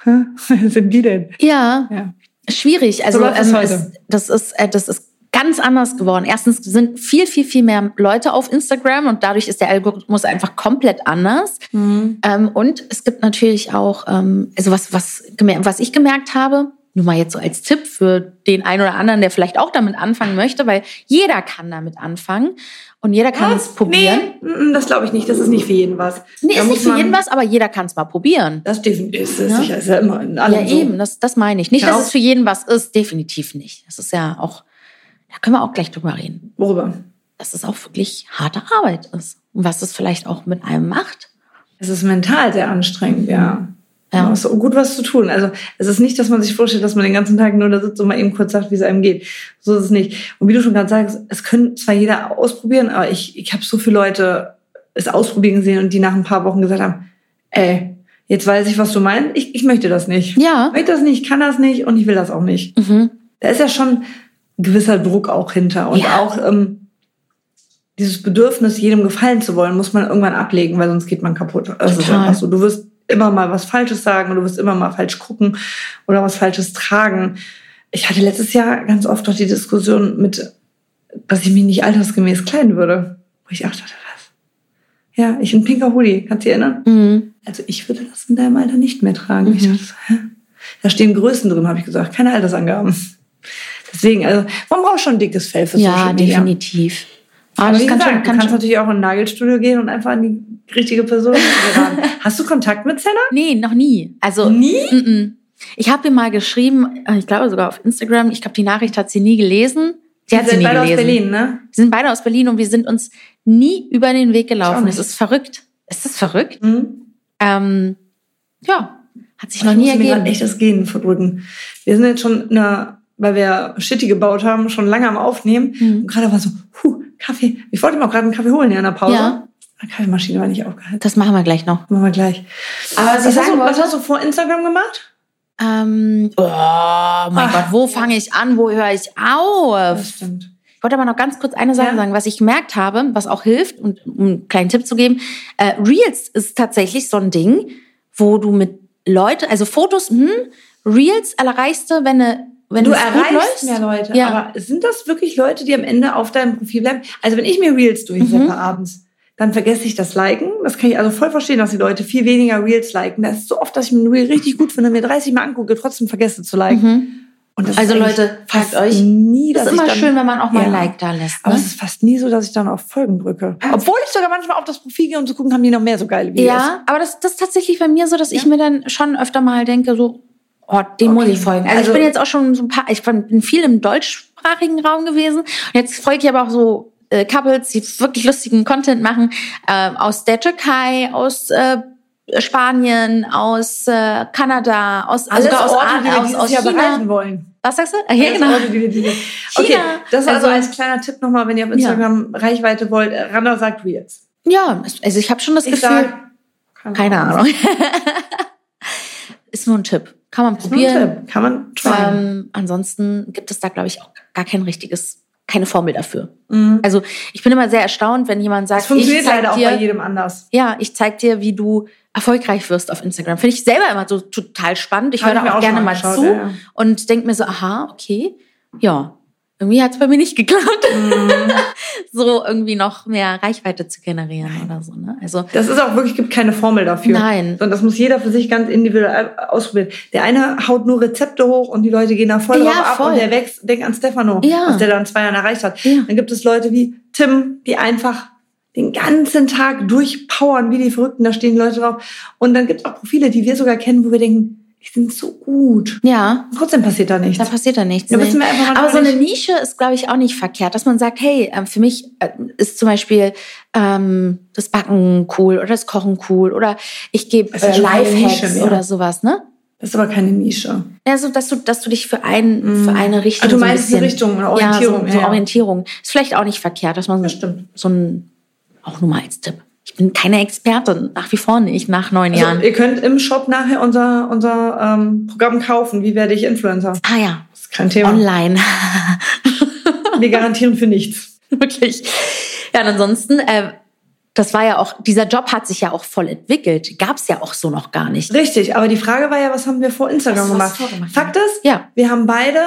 [SPEAKER 2] Hä? Wer sind die denn?
[SPEAKER 1] Ja,
[SPEAKER 2] Ja.
[SPEAKER 1] schwierig. Also
[SPEAKER 2] So läuft es
[SPEAKER 1] ähm,
[SPEAKER 2] heute.
[SPEAKER 1] es, das ist äh, das ist ganz anders geworden. Erstens sind viel viel viel mehr Leute auf Instagram und dadurch ist der Algorithmus einfach komplett anders.
[SPEAKER 2] Mhm.
[SPEAKER 1] Ähm, und es gibt natürlich auch ähm, also was was gemer- was ich gemerkt habe. Nur mal jetzt so als Tipp für den einen oder anderen, der vielleicht auch damit anfangen möchte, weil jeder kann damit anfangen und jeder kann es probieren.
[SPEAKER 2] Nee, mm, das glaube ich nicht. Das ist nicht für jeden was.
[SPEAKER 1] Nee,
[SPEAKER 2] Da
[SPEAKER 1] ist
[SPEAKER 2] muss
[SPEAKER 1] nicht für
[SPEAKER 2] man-
[SPEAKER 1] jeden was, aber jeder kann es mal probieren.
[SPEAKER 2] Das definitiv ist, ist
[SPEAKER 1] Ja.
[SPEAKER 2] sicher. Ist ja immer in allem
[SPEAKER 1] Ja,
[SPEAKER 2] so.
[SPEAKER 1] eben, das, das meine ich. Nicht,
[SPEAKER 2] Ja.
[SPEAKER 1] dass es für jeden was ist, definitiv nicht. Das ist ja auch, da können wir auch gleich drüber reden,
[SPEAKER 2] Worüber?
[SPEAKER 1] dass es auch wirklich harte Arbeit ist. Und was es vielleicht auch mit einem macht.
[SPEAKER 2] Es ist mental sehr anstrengend, ja.
[SPEAKER 1] Ja.
[SPEAKER 2] Ja. Es ist gut was zu tun. Also es ist nicht, dass man sich vorstellt, dass man den ganzen Tag nur da sitzt und mal eben kurz sagt, wie es einem geht. So ist es nicht. Und wie du schon gerade sagst, es können zwar jeder ausprobieren, aber ich, ich habe so viele Leute es ausprobieren sehen und die nach ein paar Wochen gesagt haben, ey, jetzt weiß ich, was du meinst. Ich, ich möchte das nicht. Ich
[SPEAKER 1] Ja.
[SPEAKER 2] möchte das nicht, kann das nicht und ich will das auch nicht
[SPEAKER 1] Mhm.
[SPEAKER 2] da ist ja schon ein gewisser Druck auch hinter. Und
[SPEAKER 1] Ja.
[SPEAKER 2] auch ähm, dieses Bedürfnis, jedem gefallen zu wollen, muss man irgendwann ablegen, weil sonst geht man kaputt. Das ist
[SPEAKER 1] Total.
[SPEAKER 2] einfach so. Du wirst immer mal was Falsches sagen und du wirst immer mal falsch gucken oder was Falsches tragen. Ich hatte letztes Jahr ganz oft noch die Diskussion mit, dass ich mich nicht altersgemäß kleiden würde. Wo ich auch dachte, was? Ja, ich ein pinker Hoodie, kannst du dich erinnern?
[SPEAKER 1] Mhm.
[SPEAKER 2] Also ich würde das in deinem Alter nicht mehr tragen. Ich
[SPEAKER 1] Mhm.
[SPEAKER 2] dachte, so, hä? da stehen Größen drin, habe ich gesagt, keine Altersangaben. Deswegen, also man braucht schon dickes Fell für
[SPEAKER 1] Ja,
[SPEAKER 2] Social Media.
[SPEAKER 1] definitiv. Aber
[SPEAKER 2] Aber
[SPEAKER 1] das
[SPEAKER 2] wie
[SPEAKER 1] kann
[SPEAKER 2] gesagt,
[SPEAKER 1] schon,
[SPEAKER 2] du
[SPEAKER 1] kann
[SPEAKER 2] kannst
[SPEAKER 1] schon.
[SPEAKER 2] natürlich auch in ein Nagelstudio gehen und einfach an die richtige Person geraten. Hast du Kontakt mit Senna?
[SPEAKER 1] Nee, noch nie. Also,
[SPEAKER 2] Nie?
[SPEAKER 1] mhm. ich habe ihr mal geschrieben, äh, ich glaube sogar auf Instagram, ich glaube, die Nachricht hat sie nie gelesen. Ich Die hat sie nie
[SPEAKER 2] beide
[SPEAKER 1] gelesen.
[SPEAKER 2] aus Berlin, ne?
[SPEAKER 1] Wir sind beide aus Berlin und wir sind uns nie über den Weg
[SPEAKER 2] Ich auch
[SPEAKER 1] gelaufen.
[SPEAKER 2] nicht.
[SPEAKER 1] Es ist verrückt. Es ist verrückt.
[SPEAKER 2] Mhm.
[SPEAKER 1] Ähm, ja, hat sich noch
[SPEAKER 2] ich
[SPEAKER 1] nie
[SPEAKER 2] muss mir grad
[SPEAKER 1] ergeben.
[SPEAKER 2] echt das Gehen verdrücken. Wir sind jetzt schon, na, weil wir Shitty gebaut haben, schon lange am Aufnehmen. Und
[SPEAKER 1] Mhm.
[SPEAKER 2] gerade war so, puh, Kaffee. Ich wollte mir auch gerade einen Kaffee holen hier in der Pause.
[SPEAKER 1] Ja.
[SPEAKER 2] Die Kaffeemaschine war nicht aufgehalten.
[SPEAKER 1] Das machen wir gleich noch.
[SPEAKER 2] Machen wir gleich.
[SPEAKER 1] Aber
[SPEAKER 2] Was, hast du, was hast du vor Instagram gemacht?
[SPEAKER 1] Ähm, oh mein
[SPEAKER 2] Ach.
[SPEAKER 1] Gott, wo fange ich an? Wo höre ich auf?
[SPEAKER 2] stimmt.
[SPEAKER 1] Ich wollte aber noch ganz kurz eine Sache
[SPEAKER 2] Ja.
[SPEAKER 1] sagen, was ich gemerkt habe, was auch hilft, und um einen kleinen Tipp zu geben. Äh, Reels ist tatsächlich so ein Ding, wo du mit Leute, also Fotos, hm, Reels erreichst du, wenn, ne, wenn
[SPEAKER 2] Du
[SPEAKER 1] es gut
[SPEAKER 2] erreichst
[SPEAKER 1] läuft.
[SPEAKER 2] mehr Leute.
[SPEAKER 1] Ja.
[SPEAKER 2] Aber sind das wirklich Leute, die am Ende auf deinem Profil bleiben? Also wenn ich mir Reels durchsetze
[SPEAKER 1] Mhm.
[SPEAKER 2] abends, dann vergesse ich das Liken. Das kann ich also voll verstehen, dass die Leute viel weniger Reels liken. Das ist so oft, dass ich mir ein Reel richtig gut finde, mir 30 Mal angucke, trotzdem vergesse zu liken.
[SPEAKER 1] Mhm.
[SPEAKER 2] Und das
[SPEAKER 1] Also
[SPEAKER 2] ist eigentlich
[SPEAKER 1] Leute,
[SPEAKER 2] fast
[SPEAKER 1] fragt euch.
[SPEAKER 2] nie,
[SPEAKER 1] Das
[SPEAKER 2] dass
[SPEAKER 1] ist
[SPEAKER 2] ich
[SPEAKER 1] immer
[SPEAKER 2] dann,
[SPEAKER 1] schön, wenn man auch mal ein
[SPEAKER 2] Ja.
[SPEAKER 1] Like da lässt.
[SPEAKER 2] Aber es
[SPEAKER 1] Ne? Ah.
[SPEAKER 2] ist fast nie so, dass ich dann auf Folgen drücke. Obwohl ich sogar manchmal auf das Profil gehe, um zu gucken, haben die noch mehr so geile Videos.
[SPEAKER 1] Ja, aber das, das ist tatsächlich bei mir so, dass ich mir dann schon öfter mal halt denke, so, oh, dem muss
[SPEAKER 2] Okay.
[SPEAKER 1] ich folgen. Also,
[SPEAKER 2] Also-
[SPEAKER 1] ich bin jetzt auch schon so ein paar, ich bin bin viel im deutschsprachigen Raum gewesen. Und jetzt folge ich aber auch so äh, Couples, die wirklich lustigen Content machen, ähm, aus der Türkei, aus äh, Spanien, aus äh, Kanada, aus,
[SPEAKER 2] Alles
[SPEAKER 1] sogar aus,
[SPEAKER 2] Orte, die wir
[SPEAKER 1] aus,
[SPEAKER 2] dieses
[SPEAKER 1] aus
[SPEAKER 2] Jahr
[SPEAKER 1] China.
[SPEAKER 2] bereisen wollen.
[SPEAKER 1] Was sagst du? Ah, Ja, genau.
[SPEAKER 2] Das Auto, die wir diese- Okay, das ist also,
[SPEAKER 1] Also-
[SPEAKER 2] als kleiner Tipp nochmal, wenn ihr auf Instagram Reichweite wollt. äh, Randa sagt Reels.
[SPEAKER 1] Ja, also ich habe schon das
[SPEAKER 2] Ich
[SPEAKER 1] Gefühl,
[SPEAKER 2] sag,
[SPEAKER 1] keine Ahnung. ist nur ein Tipp. Kann man
[SPEAKER 2] Nur
[SPEAKER 1] probieren.
[SPEAKER 2] ein Tipp. Kann man try.
[SPEAKER 1] Ähm, ansonsten gibt es da, glaube ich, auch gar kein richtiges, keine Formel dafür.
[SPEAKER 2] Mhm.
[SPEAKER 1] Also ich bin immer sehr erstaunt, wenn jemand sagt,
[SPEAKER 2] Das funktioniert
[SPEAKER 1] ich zeig
[SPEAKER 2] leider auch bei
[SPEAKER 1] dir,
[SPEAKER 2] jedem anders.
[SPEAKER 1] ja, ich zeig dir, wie du erfolgreich wirst auf Instagram. Finde ich selber immer so total spannend. Ich
[SPEAKER 2] Hab
[SPEAKER 1] höre
[SPEAKER 2] ich mir
[SPEAKER 1] da auch,
[SPEAKER 2] auch
[SPEAKER 1] gerne
[SPEAKER 2] schon
[SPEAKER 1] mal
[SPEAKER 2] angeschaut,
[SPEAKER 1] zu
[SPEAKER 2] ja, ja.
[SPEAKER 1] und denke mir so, aha, okay, ja. Irgendwie hat es bei mir nicht geklappt,
[SPEAKER 2] Mhm.
[SPEAKER 1] so irgendwie noch mehr Reichweite zu generieren oder so. Ne? Also
[SPEAKER 2] Das ist auch wirklich, gibt keine Formel dafür.
[SPEAKER 1] Nein.
[SPEAKER 2] Sondern das muss jeder für sich ganz individuell äh, ausprobieren. Der eine haut nur Rezepte hoch und die Leute gehen da voll
[SPEAKER 1] Ja,
[SPEAKER 2] drauf ab
[SPEAKER 1] voll.
[SPEAKER 2] und der wächst. Denk an Stefano,
[SPEAKER 1] Ja.
[SPEAKER 2] was der dann zwei Jahren erreicht hat.
[SPEAKER 1] Ja.
[SPEAKER 2] Dann gibt es Leute wie Tim, die einfach den ganzen Tag durchpowern wie die Verrückten. Da stehen Leute drauf. Und dann gibt es auch Profile, die wir sogar kennen, wo wir denken, die sind so gut.
[SPEAKER 1] ja,
[SPEAKER 2] Und trotzdem passiert da nichts.
[SPEAKER 1] da passiert dann nichts.
[SPEAKER 2] Da
[SPEAKER 1] nee.
[SPEAKER 2] wissen wir einfach
[SPEAKER 1] Aber so
[SPEAKER 2] noch
[SPEAKER 1] eine
[SPEAKER 2] nicht.
[SPEAKER 1] Nische ist, glaube ich, auch nicht verkehrt, dass man sagt, hey, ähm, für mich äh, ist zum Beispiel ähm, das Backen cool oder das Kochen cool oder ich gebe
[SPEAKER 2] Es ist
[SPEAKER 1] äh,
[SPEAKER 2] schon keine
[SPEAKER 1] Lifehacks
[SPEAKER 2] Nische mehr.
[SPEAKER 1] oder sowas, ne?
[SPEAKER 2] das ist aber keine Nische.
[SPEAKER 1] Also, dass du, dass du dich für, ein,
[SPEAKER 2] Mm.
[SPEAKER 1] für eine Richtung.
[SPEAKER 2] Ah, du
[SPEAKER 1] so ein
[SPEAKER 2] meinst die
[SPEAKER 1] bisschen,
[SPEAKER 2] Richtung, eine Orientierung,
[SPEAKER 1] Ja, so, so
[SPEAKER 2] ja, ja.
[SPEAKER 1] Orientierung. Ist vielleicht auch nicht verkehrt, dass man
[SPEAKER 2] Das stimmt.
[SPEAKER 1] so ein, auch nur mal als Tipp. Ich bin keine Expertin, nach wie vor nicht, nach neun
[SPEAKER 2] Also,
[SPEAKER 1] Jahren.
[SPEAKER 2] Ihr könnt im Shop nachher unser, unser ähm, Programm kaufen. Wie werde ich Influencer?
[SPEAKER 1] Ah ja,
[SPEAKER 2] Das ist kein Thema.
[SPEAKER 1] online.
[SPEAKER 2] Wir garantieren für nichts.
[SPEAKER 1] Wirklich. Ja, und ansonsten, äh, das war ja auch, dieser Job hat sich ja auch voll entwickelt. Gab's ja auch so noch gar nicht.
[SPEAKER 2] Richtig, aber die Frage war ja, was haben wir vor Instagram
[SPEAKER 1] Was hast
[SPEAKER 2] gemacht?
[SPEAKER 1] du vorgemacht?
[SPEAKER 2] Fakt ist,
[SPEAKER 1] Ja,
[SPEAKER 2] wir haben beide,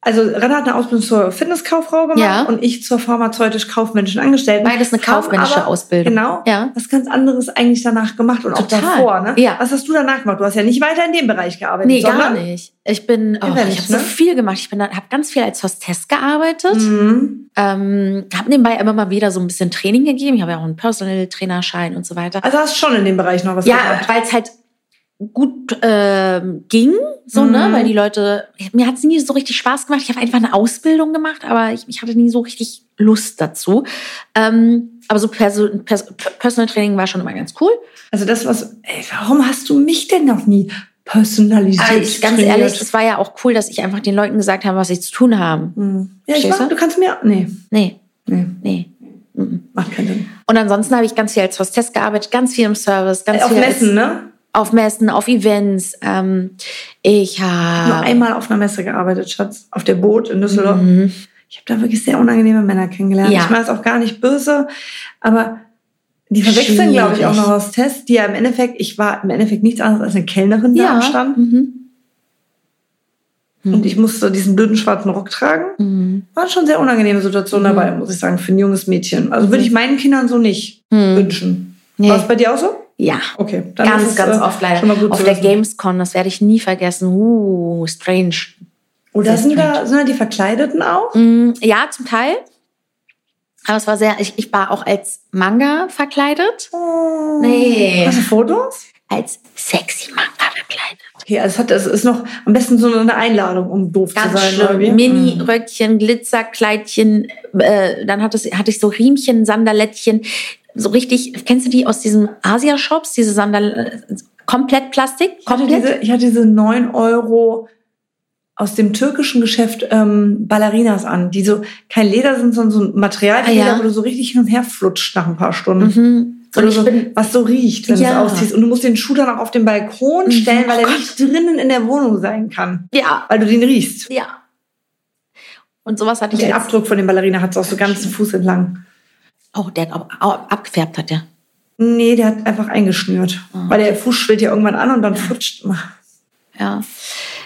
[SPEAKER 2] also Renner hat eine Ausbildung zur Fitnesskauffrau gemacht
[SPEAKER 1] Ja.
[SPEAKER 2] und ich zur pharmazeutisch kaufmännischen Angestellten.
[SPEAKER 1] beides eine
[SPEAKER 2] Haben
[SPEAKER 1] kaufmännische
[SPEAKER 2] aber-
[SPEAKER 1] Ausbildung.
[SPEAKER 2] Genau.
[SPEAKER 1] Ja.
[SPEAKER 2] Was ganz anderes eigentlich danach gemacht und
[SPEAKER 1] Total.
[SPEAKER 2] auch davor, ne?
[SPEAKER 1] Ja.
[SPEAKER 2] Was hast du danach gemacht? Du hast ja nicht weiter in dem Bereich gearbeitet,
[SPEAKER 1] Nee, gar
[SPEAKER 2] sondern
[SPEAKER 1] nicht. Ich bin, oh,
[SPEAKER 2] Event,
[SPEAKER 1] ich habe so
[SPEAKER 2] ne?
[SPEAKER 1] viel gemacht. Ich bin, habe ganz viel als Hostess gearbeitet.
[SPEAKER 2] Mhm.
[SPEAKER 1] Ähm, habe nebenbei immer mal wieder so ein bisschen Training gegeben. Ich habe ja auch einen Personal Trainerschein und so weiter.
[SPEAKER 2] Also hast schon in dem Bereich noch was
[SPEAKER 1] Ja,
[SPEAKER 2] gemacht.
[SPEAKER 1] weil es halt gut ähm, ging, so, ne?
[SPEAKER 2] Mhm.
[SPEAKER 1] Weil die Leute, mir hat es nie so richtig Spaß gemacht. Ich habe einfach eine Ausbildung gemacht, aber ich, ich hatte nie so richtig Lust dazu. Ähm, aber so Perso Pers Personal Training war schon immer ganz cool.
[SPEAKER 2] Also das, was, ey, warum hast du mich denn noch nie personalisiert?
[SPEAKER 1] Aber Ah, ich, ganz
[SPEAKER 2] trainiert?
[SPEAKER 1] ehrlich, es war ja auch cool, dass ich einfach den Leuten gesagt habe, was sie zu tun haben.
[SPEAKER 2] Mhm. ja, ich
[SPEAKER 1] Verstehst
[SPEAKER 2] mach,
[SPEAKER 1] du?
[SPEAKER 2] du kannst mir, nee,
[SPEAKER 1] Nee,
[SPEAKER 2] nee,
[SPEAKER 1] nee. Mhm.
[SPEAKER 2] macht keinen Sinn.
[SPEAKER 1] Und ansonsten habe ich ganz viel als Hostess gearbeitet, ganz viel im Service, ganz
[SPEAKER 2] Auf
[SPEAKER 1] viel als-
[SPEAKER 2] Messen, ne?
[SPEAKER 1] auf Messen, auf Events. Ähm, ich
[SPEAKER 2] Nur
[SPEAKER 1] habe
[SPEAKER 2] einmal auf einer Messe gearbeitet, Schatz. Auf der Boot in Düsseldorf.
[SPEAKER 1] Mhm.
[SPEAKER 2] Ich habe da wirklich sehr unangenehme Männer kennengelernt.
[SPEAKER 1] Ja.
[SPEAKER 2] Ich meine es auch gar nicht böse, aber die verwechseln, glaube ich, auch
[SPEAKER 1] Schwierig.
[SPEAKER 2] noch aus Tests, die ja im Endeffekt, ich war im Endeffekt nichts anderes als eine Kellnerin da am Stand.
[SPEAKER 1] Mhm. Hm.
[SPEAKER 2] Und ich musste diesen blöden schwarzen Rock tragen.
[SPEAKER 1] Mhm.
[SPEAKER 2] Waren schon sehr unangenehme Situationen dabei, muss ich sagen, für ein junges Mädchen. Also würde ich meinen Kindern so nicht wünschen.
[SPEAKER 1] Mhm. Hm. Nee.
[SPEAKER 2] War es bei dir auch so?
[SPEAKER 1] Ja.
[SPEAKER 2] Okay, dann
[SPEAKER 1] Ganz,
[SPEAKER 2] ist es,
[SPEAKER 1] ganz
[SPEAKER 2] äh,
[SPEAKER 1] oft leider.
[SPEAKER 2] Schon mal gut
[SPEAKER 1] Auf
[SPEAKER 2] zu
[SPEAKER 1] der
[SPEAKER 2] wissen.
[SPEAKER 1] Gamescon, das werde ich nie vergessen. Uh, strange.
[SPEAKER 2] Oder
[SPEAKER 1] Sehr
[SPEAKER 2] sind da, sind da die Verkleideten auch?
[SPEAKER 1] Mm, ja, zum Teil. Aber es war sehr, ich, ich war auch als Manga verkleidet. Nee.
[SPEAKER 2] Hast du Fotos?
[SPEAKER 1] als sexy Manga gekleidet.
[SPEAKER 2] Okay, also es, hat, es ist noch am besten so eine Einladung, um doof zu
[SPEAKER 1] Ganz
[SPEAKER 2] sein. oder wie? Hm.
[SPEAKER 1] schlimm.
[SPEAKER 2] Mhm.
[SPEAKER 1] Mini-Röckchen, Glitzerkleidchen, äh, dann hat es, hatte ich so Riemchen, Sandalettchen. So richtig, kennst du die aus diesen Asia-Shops, diese Sandal, äh, komplett Plastik?
[SPEAKER 2] Ich hatte,
[SPEAKER 1] Komplett?
[SPEAKER 2] diese, ich hatte diese 9 Euro aus dem türkischen Geschäft ähm, Ballerinas an, die so kein Leder sind, sondern so ein Material,
[SPEAKER 1] Ah, ja.
[SPEAKER 2] wo du so richtig hin und her flutscht nach ein paar Stunden.
[SPEAKER 1] Mhm.
[SPEAKER 2] Oder
[SPEAKER 1] Und ich
[SPEAKER 2] so,
[SPEAKER 1] bin,
[SPEAKER 2] was so riecht, wenn
[SPEAKER 1] Ja.
[SPEAKER 2] du es ausziehst. Und du musst den Schuh dann auch auf den Balkon stellen, weil
[SPEAKER 1] Oh
[SPEAKER 2] er nicht drinnen in der Wohnung sein kann,
[SPEAKER 1] ja,
[SPEAKER 2] weil du den riechst.
[SPEAKER 1] ja. Und sowas hatte
[SPEAKER 2] Und
[SPEAKER 1] ich
[SPEAKER 2] den
[SPEAKER 1] als
[SPEAKER 2] Abdruck von dem Ballerina hat es auch so ganzen Fuß entlang.
[SPEAKER 1] Oh, der hat auch, auch abgefärbt hat der.
[SPEAKER 2] Nee, der hat einfach eingeschnürt.
[SPEAKER 1] Ah.
[SPEAKER 2] Weil der Fuß schwillt Oh. ja irgendwann an und dann flutscht immer.
[SPEAKER 1] Ja.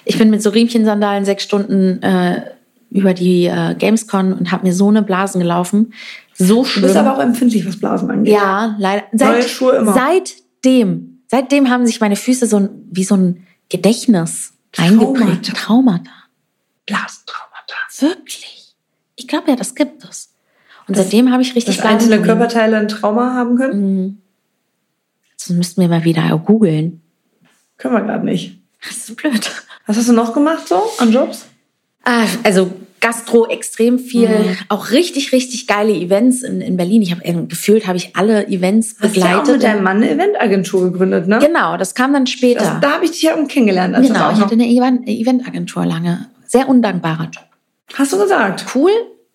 [SPEAKER 1] Ich bin mit so Riemchensandalen sechs Stunden äh, über die äh, Gamescon und habe mir so eine Blasen gelaufen. So
[SPEAKER 2] Du
[SPEAKER 1] schlimm.
[SPEAKER 2] bist aber auch empfindlich, was Blasen angeht.
[SPEAKER 1] ja, leider.
[SPEAKER 2] Neue Schuhe immer.
[SPEAKER 1] Seitdem, seitdem haben sich meine Füße so ein, wie so ein Gedächtnis eingeprägt. Traumata.
[SPEAKER 2] Blasentraumata.
[SPEAKER 1] Wirklich. Ich glaube ja, das gibt es. Und
[SPEAKER 2] Das-
[SPEAKER 1] seitdem habe ich richtig
[SPEAKER 2] Dass einzelne
[SPEAKER 1] Blasenprobleme.
[SPEAKER 2] Körperteile ein Trauma haben können,
[SPEAKER 1] Mhm. Das müssten wir mal wieder googeln.
[SPEAKER 2] können wir gerade nicht.
[SPEAKER 1] Das ist blöd.
[SPEAKER 2] Was hast du noch gemacht so an Jobs?
[SPEAKER 1] Ah, Also Gastro extrem viel,
[SPEAKER 2] Mhm.
[SPEAKER 1] auch richtig, richtig geile Events in, in Berlin. Ich habe ähm, gefühlt, habe ich alle Events
[SPEAKER 2] Hast ja auch
[SPEAKER 1] begleitet.
[SPEAKER 2] mit deinem Mann eine Eventagentur gegründet, ne?
[SPEAKER 1] genau, das kam dann
[SPEAKER 2] Das,
[SPEAKER 1] später.
[SPEAKER 2] Da habe ich dich ja um kennengelernt. als das
[SPEAKER 1] genau,
[SPEAKER 2] auch
[SPEAKER 1] ich
[SPEAKER 2] noch-
[SPEAKER 1] hatte eine Event- Eventagentur lange. Sehr undankbarer Job.
[SPEAKER 2] Hast du gesagt.
[SPEAKER 1] Cool,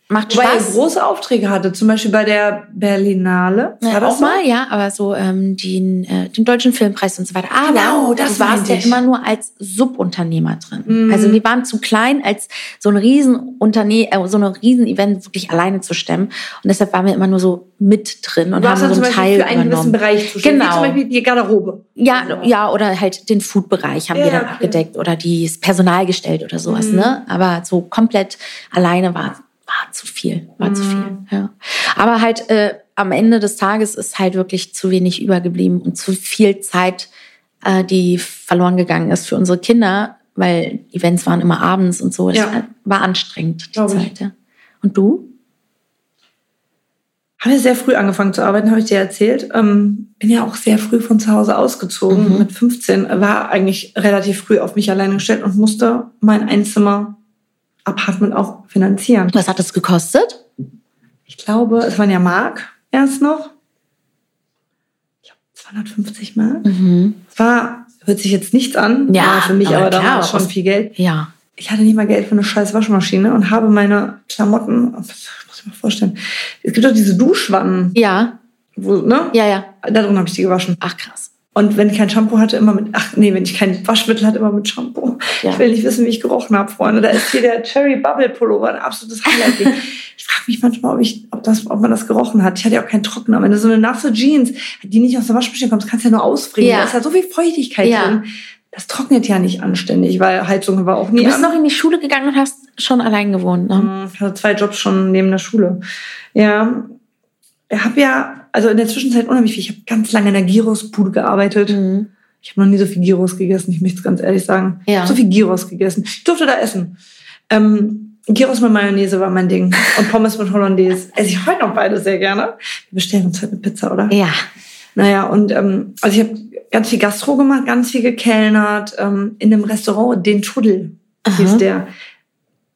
[SPEAKER 1] macht
[SPEAKER 2] Weil ihr
[SPEAKER 1] Spaß.
[SPEAKER 2] große Aufträge hatte, zum Beispiel bei der Berlinale.
[SPEAKER 1] Ja,
[SPEAKER 2] War das
[SPEAKER 1] auch mal, ja, aber so ähm, den, äh, den deutschen Filmpreis und so weiter. Aber
[SPEAKER 2] Genau, das
[SPEAKER 1] du warst
[SPEAKER 2] meinte
[SPEAKER 1] ja
[SPEAKER 2] ich.
[SPEAKER 1] immer nur als Subunternehmer drin.
[SPEAKER 2] Mhm.
[SPEAKER 1] Also wir waren zu klein, als so ein Riesenunternehmen, äh, so ein Riesenevent wirklich alleine zu stemmen. Und deshalb waren wir immer nur so mit drin
[SPEAKER 2] so?
[SPEAKER 1] und
[SPEAKER 2] Du warst
[SPEAKER 1] haben so
[SPEAKER 2] dann zum
[SPEAKER 1] einen
[SPEAKER 2] Beispiel
[SPEAKER 1] Teil
[SPEAKER 2] für einen gewissen
[SPEAKER 1] übernommen.
[SPEAKER 2] Bereich zuständig,
[SPEAKER 1] Genau.
[SPEAKER 2] wie zum Beispiel die Garderobe.
[SPEAKER 1] Ja, ja, oder halt den Food-Bereich haben
[SPEAKER 2] Also.
[SPEAKER 1] wir
[SPEAKER 2] Ja,
[SPEAKER 1] dann
[SPEAKER 2] okay.
[SPEAKER 1] abgedeckt oder die das Personal gestellt oder sowas,
[SPEAKER 2] Mhm.
[SPEAKER 1] ne? Aber so komplett alleine war, war zu viel, war zu viel,
[SPEAKER 2] Mhm.
[SPEAKER 1] ja. Aber halt äh, am Ende des Tages ist halt wirklich zu wenig übergeblieben und zu viel Zeit, äh, die verloren gegangen ist für unsere Kinder, weil Events waren immer abends und so. Das
[SPEAKER 2] Ja.
[SPEAKER 1] war anstrengend, die
[SPEAKER 2] Glaub ich.
[SPEAKER 1] Zeit. Ja. Und du?
[SPEAKER 2] Habe ja sehr früh angefangen zu arbeiten, habe ich dir erzählt. Ähm, bin ja auch sehr früh von zu Hause ausgezogen.
[SPEAKER 1] Mhm.
[SPEAKER 2] Mit 15 war eigentlich relativ früh auf mich alleine gestellt und musste mein Einzimmer-Apartment auch finanzieren.
[SPEAKER 1] Was hat das gekostet?
[SPEAKER 2] Ich glaube, es waren ja Mark erst noch. Ich glaube, 250 Mark.
[SPEAKER 1] Mhm.
[SPEAKER 2] Es war, hört sich jetzt nichts an,
[SPEAKER 1] Ja,
[SPEAKER 2] war für mich
[SPEAKER 1] aber
[SPEAKER 2] aber
[SPEAKER 1] klar,
[SPEAKER 2] damals schon
[SPEAKER 1] aus-
[SPEAKER 2] viel Geld.
[SPEAKER 1] Ja.
[SPEAKER 2] Ich hatte nicht mal Geld für eine scheiß Waschmaschine und habe meine Klamotten, das muss ich mir vorstellen, es gibt doch diese Duschwannen,
[SPEAKER 1] Ja,
[SPEAKER 2] wo, ne?
[SPEAKER 1] ja, ja.
[SPEAKER 2] Da drin habe ich die gewaschen.
[SPEAKER 1] Ach krass.
[SPEAKER 2] Und wenn ich kein Shampoo hatte, immer mit, ach nee, wenn ich kein Waschmittel hatte, immer mit Shampoo.
[SPEAKER 1] Ja.
[SPEAKER 2] Ich will nicht wissen, wie ich gerochen habe, Freunde. Da ist hier der Cherry Bubble Pullover ein absolutes Highlight. ich frage mich manchmal, ob, ich, ob, das, ob man das gerochen hat. Ich hatte ja auch keinen Trockner. Wenn du so eine nasse Jeans, die nicht aus der Waschmaschine kommt, das kannst du ja nur ausfrieren.
[SPEAKER 1] Ja.
[SPEAKER 2] Da ist ja so viel Feuchtigkeit
[SPEAKER 1] Ja.
[SPEAKER 2] drin. Das trocknet ja nicht anständig, weil Heizung war auch nie
[SPEAKER 1] Du bist
[SPEAKER 2] an.
[SPEAKER 1] noch in die Schule gegangen und hast schon allein gewohnt. Ne?
[SPEAKER 2] Mhm, Ich hatte zwei Jobs schon neben der Schule. Ja, ich habe ja, also in der Zwischenzeit unheimlich viel. Ich habe ganz lange in der Girosbude gearbeitet.
[SPEAKER 1] Mhm.
[SPEAKER 2] Ich habe noch nie so viel Gyros gegessen, ich möchte es ganz ehrlich sagen.
[SPEAKER 1] Ja.
[SPEAKER 2] Ich hab so viel Gyros gegessen. Ich durfte da essen. Ähm, Gyros mit Mayonnaise war mein Ding. Und Pommes mit Hollandaise. Esse ich heute noch beides sehr gerne. Wir bestellen uns heute eine Pizza, oder?
[SPEAKER 1] Ja.
[SPEAKER 2] Naja, und ähm, also ich habe ganz viel Gastro gemacht, ganz viel gekellnert. Ähm, in einem Restaurant, den Tuddel hieß
[SPEAKER 1] Aha.
[SPEAKER 2] der.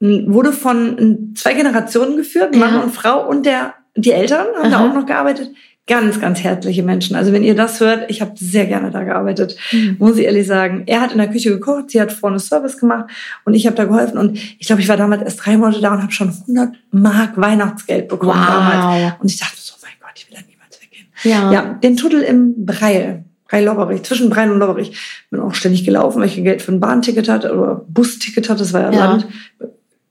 [SPEAKER 2] M, Wurde von ähm, zwei Generationen geführt, Mann
[SPEAKER 1] Ja.
[SPEAKER 2] und Frau und der, die Eltern haben da
[SPEAKER 1] Aha.
[SPEAKER 2] auch noch gearbeitet. Ganz, ganz herzliche Menschen. Also wenn ihr das hört, ich habe sehr gerne da gearbeitet
[SPEAKER 1] Mhm.
[SPEAKER 2] muss ich ehrlich sagen. Er hat in der Küche gekocht, sie hat vorne Service gemacht und ich habe da geholfen. Und ich glaube, ich war damals erst drei Monate da und habe schon 100 Mark Weihnachtsgeld bekommen damals.
[SPEAKER 1] Wow.
[SPEAKER 2] Und ich dachte so, mein Gott, ich will da niemals weggehen.
[SPEAKER 1] Ja.
[SPEAKER 2] Ja, den Tunnel im Breil. Breil-Lobberich, zwischen Breil und Lobberich. Bin auch ständig gelaufen, weil ich kein Geld für ein Bahnticket hatte oder Busticket hatte, das war ja,
[SPEAKER 1] Ja.
[SPEAKER 2] Land.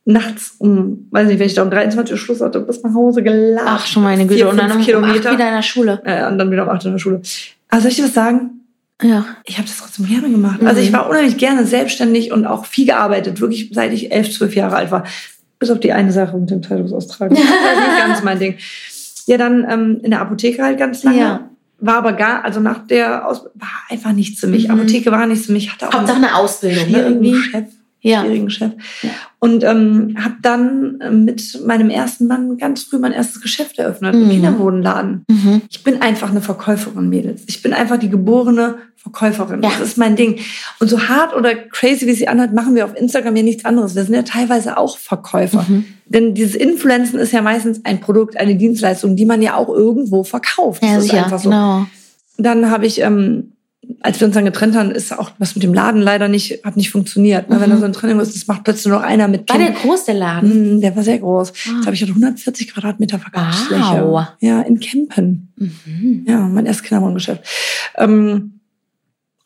[SPEAKER 2] Nachts um, weiß nicht, wenn ich da um 23 Uhr Schluss hatte, bis nach Hause geladen.
[SPEAKER 1] Ach, schon meine Güte.
[SPEAKER 2] Vier,
[SPEAKER 1] und dann
[SPEAKER 2] fünf
[SPEAKER 1] um acht
[SPEAKER 2] Kilometer.
[SPEAKER 1] wieder in der Schule.
[SPEAKER 2] Äh, und dann wieder um 8 Uhr in der Schule. Also soll ich dir was sagen?
[SPEAKER 1] Ja.
[SPEAKER 2] ich habe das trotzdem gerne gemacht. Also
[SPEAKER 1] Mhm.
[SPEAKER 2] ich war unheimlich gerne selbstständig und auch viel gearbeitet, wirklich seit ich elf, zwölf Jahre alt war. Bis auf die eine Sache mit dem Zeitungsaustragen. Das war nicht ganz mein Ding. Ja, dann ähm, in der Apotheke halt ganz lange.
[SPEAKER 1] Ja.
[SPEAKER 2] War aber gar, also nach der Aus war einfach nichts für mich.
[SPEAKER 1] Mhm.
[SPEAKER 2] Hauptsache Apotheke war nichts für mich. Hatte auch
[SPEAKER 1] Hauptsache eine Ausbildung. Ne?
[SPEAKER 2] schwierigen
[SPEAKER 1] Irgendwie.
[SPEAKER 2] Chef.
[SPEAKER 1] Ja.
[SPEAKER 2] schwierigen Chef.
[SPEAKER 1] Ja.
[SPEAKER 2] Und ähm, habe dann äh, mit meinem ersten Mann ganz früh mein erstes Geschäft eröffnet,
[SPEAKER 1] Mhm.
[SPEAKER 2] einen Kinderbodenladen.
[SPEAKER 1] Mhm.
[SPEAKER 2] Ich bin einfach eine Verkäuferin, Mädels. Ich bin einfach die geborene Verkäuferin.
[SPEAKER 1] Ja.
[SPEAKER 2] Das ist mein Ding. Und so hart oder crazy, wie sie anhört, machen wir auf Instagram ja nichts anderes. Wir sind ja teilweise auch Verkäufer.
[SPEAKER 1] Mhm.
[SPEAKER 2] Denn dieses Influenzen ist ja meistens ein Produkt, eine Dienstleistung, die man ja auch irgendwo verkauft.
[SPEAKER 1] Ja,
[SPEAKER 2] das ist
[SPEAKER 1] sicher,
[SPEAKER 2] einfach so.
[SPEAKER 1] genau.
[SPEAKER 2] Dann habe ich, ähm, als wir uns dann getrennt haben, ist auch was mit dem Laden leider nicht, hat nicht funktioniert. Ne, Wenn
[SPEAKER 1] Mhm.
[SPEAKER 2] da so ein Trennung ist, das macht plötzlich nur noch einer mit
[SPEAKER 1] War
[SPEAKER 2] Kind.
[SPEAKER 1] der groß, der Laden?
[SPEAKER 2] Mm, der war sehr groß.
[SPEAKER 1] Ah.
[SPEAKER 2] Ich glaube, ich hatte 140 Quadratmeter Verkaufsfläche.
[SPEAKER 1] Wow.
[SPEAKER 2] Ja, in Kempen.
[SPEAKER 1] Mhm.
[SPEAKER 2] Ja, mein erstes Kinderwohngeschäft. Ähm,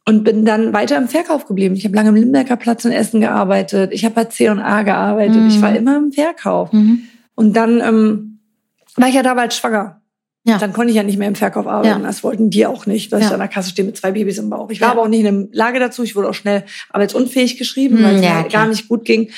[SPEAKER 2] und bin dann weiter im Verkauf geblieben. Ich habe lange im Limberger Platz in Essen gearbeitet. Ich habe bei C&A gearbeitet.
[SPEAKER 1] Mhm.
[SPEAKER 2] Ich war immer im Verkauf.
[SPEAKER 1] Mhm.
[SPEAKER 2] Und dann ähm, war ich ja damals schwanger.
[SPEAKER 1] Ja.
[SPEAKER 2] Dann konnte ich ja nicht mehr im Verkauf arbeiten.
[SPEAKER 1] Ja.
[SPEAKER 2] Das wollten die auch nicht, dass
[SPEAKER 1] Ja.
[SPEAKER 2] ich an der Kasse stehe mit zwei Babys im Bauch. Ich war
[SPEAKER 1] Ja.
[SPEAKER 2] aber auch nicht in der Lage dazu. Ich wurde auch schnell arbeitsunfähig geschrieben,
[SPEAKER 1] Hm,
[SPEAKER 2] weil es
[SPEAKER 1] ja,
[SPEAKER 2] mir
[SPEAKER 1] klar.
[SPEAKER 2] gar nicht gut ging.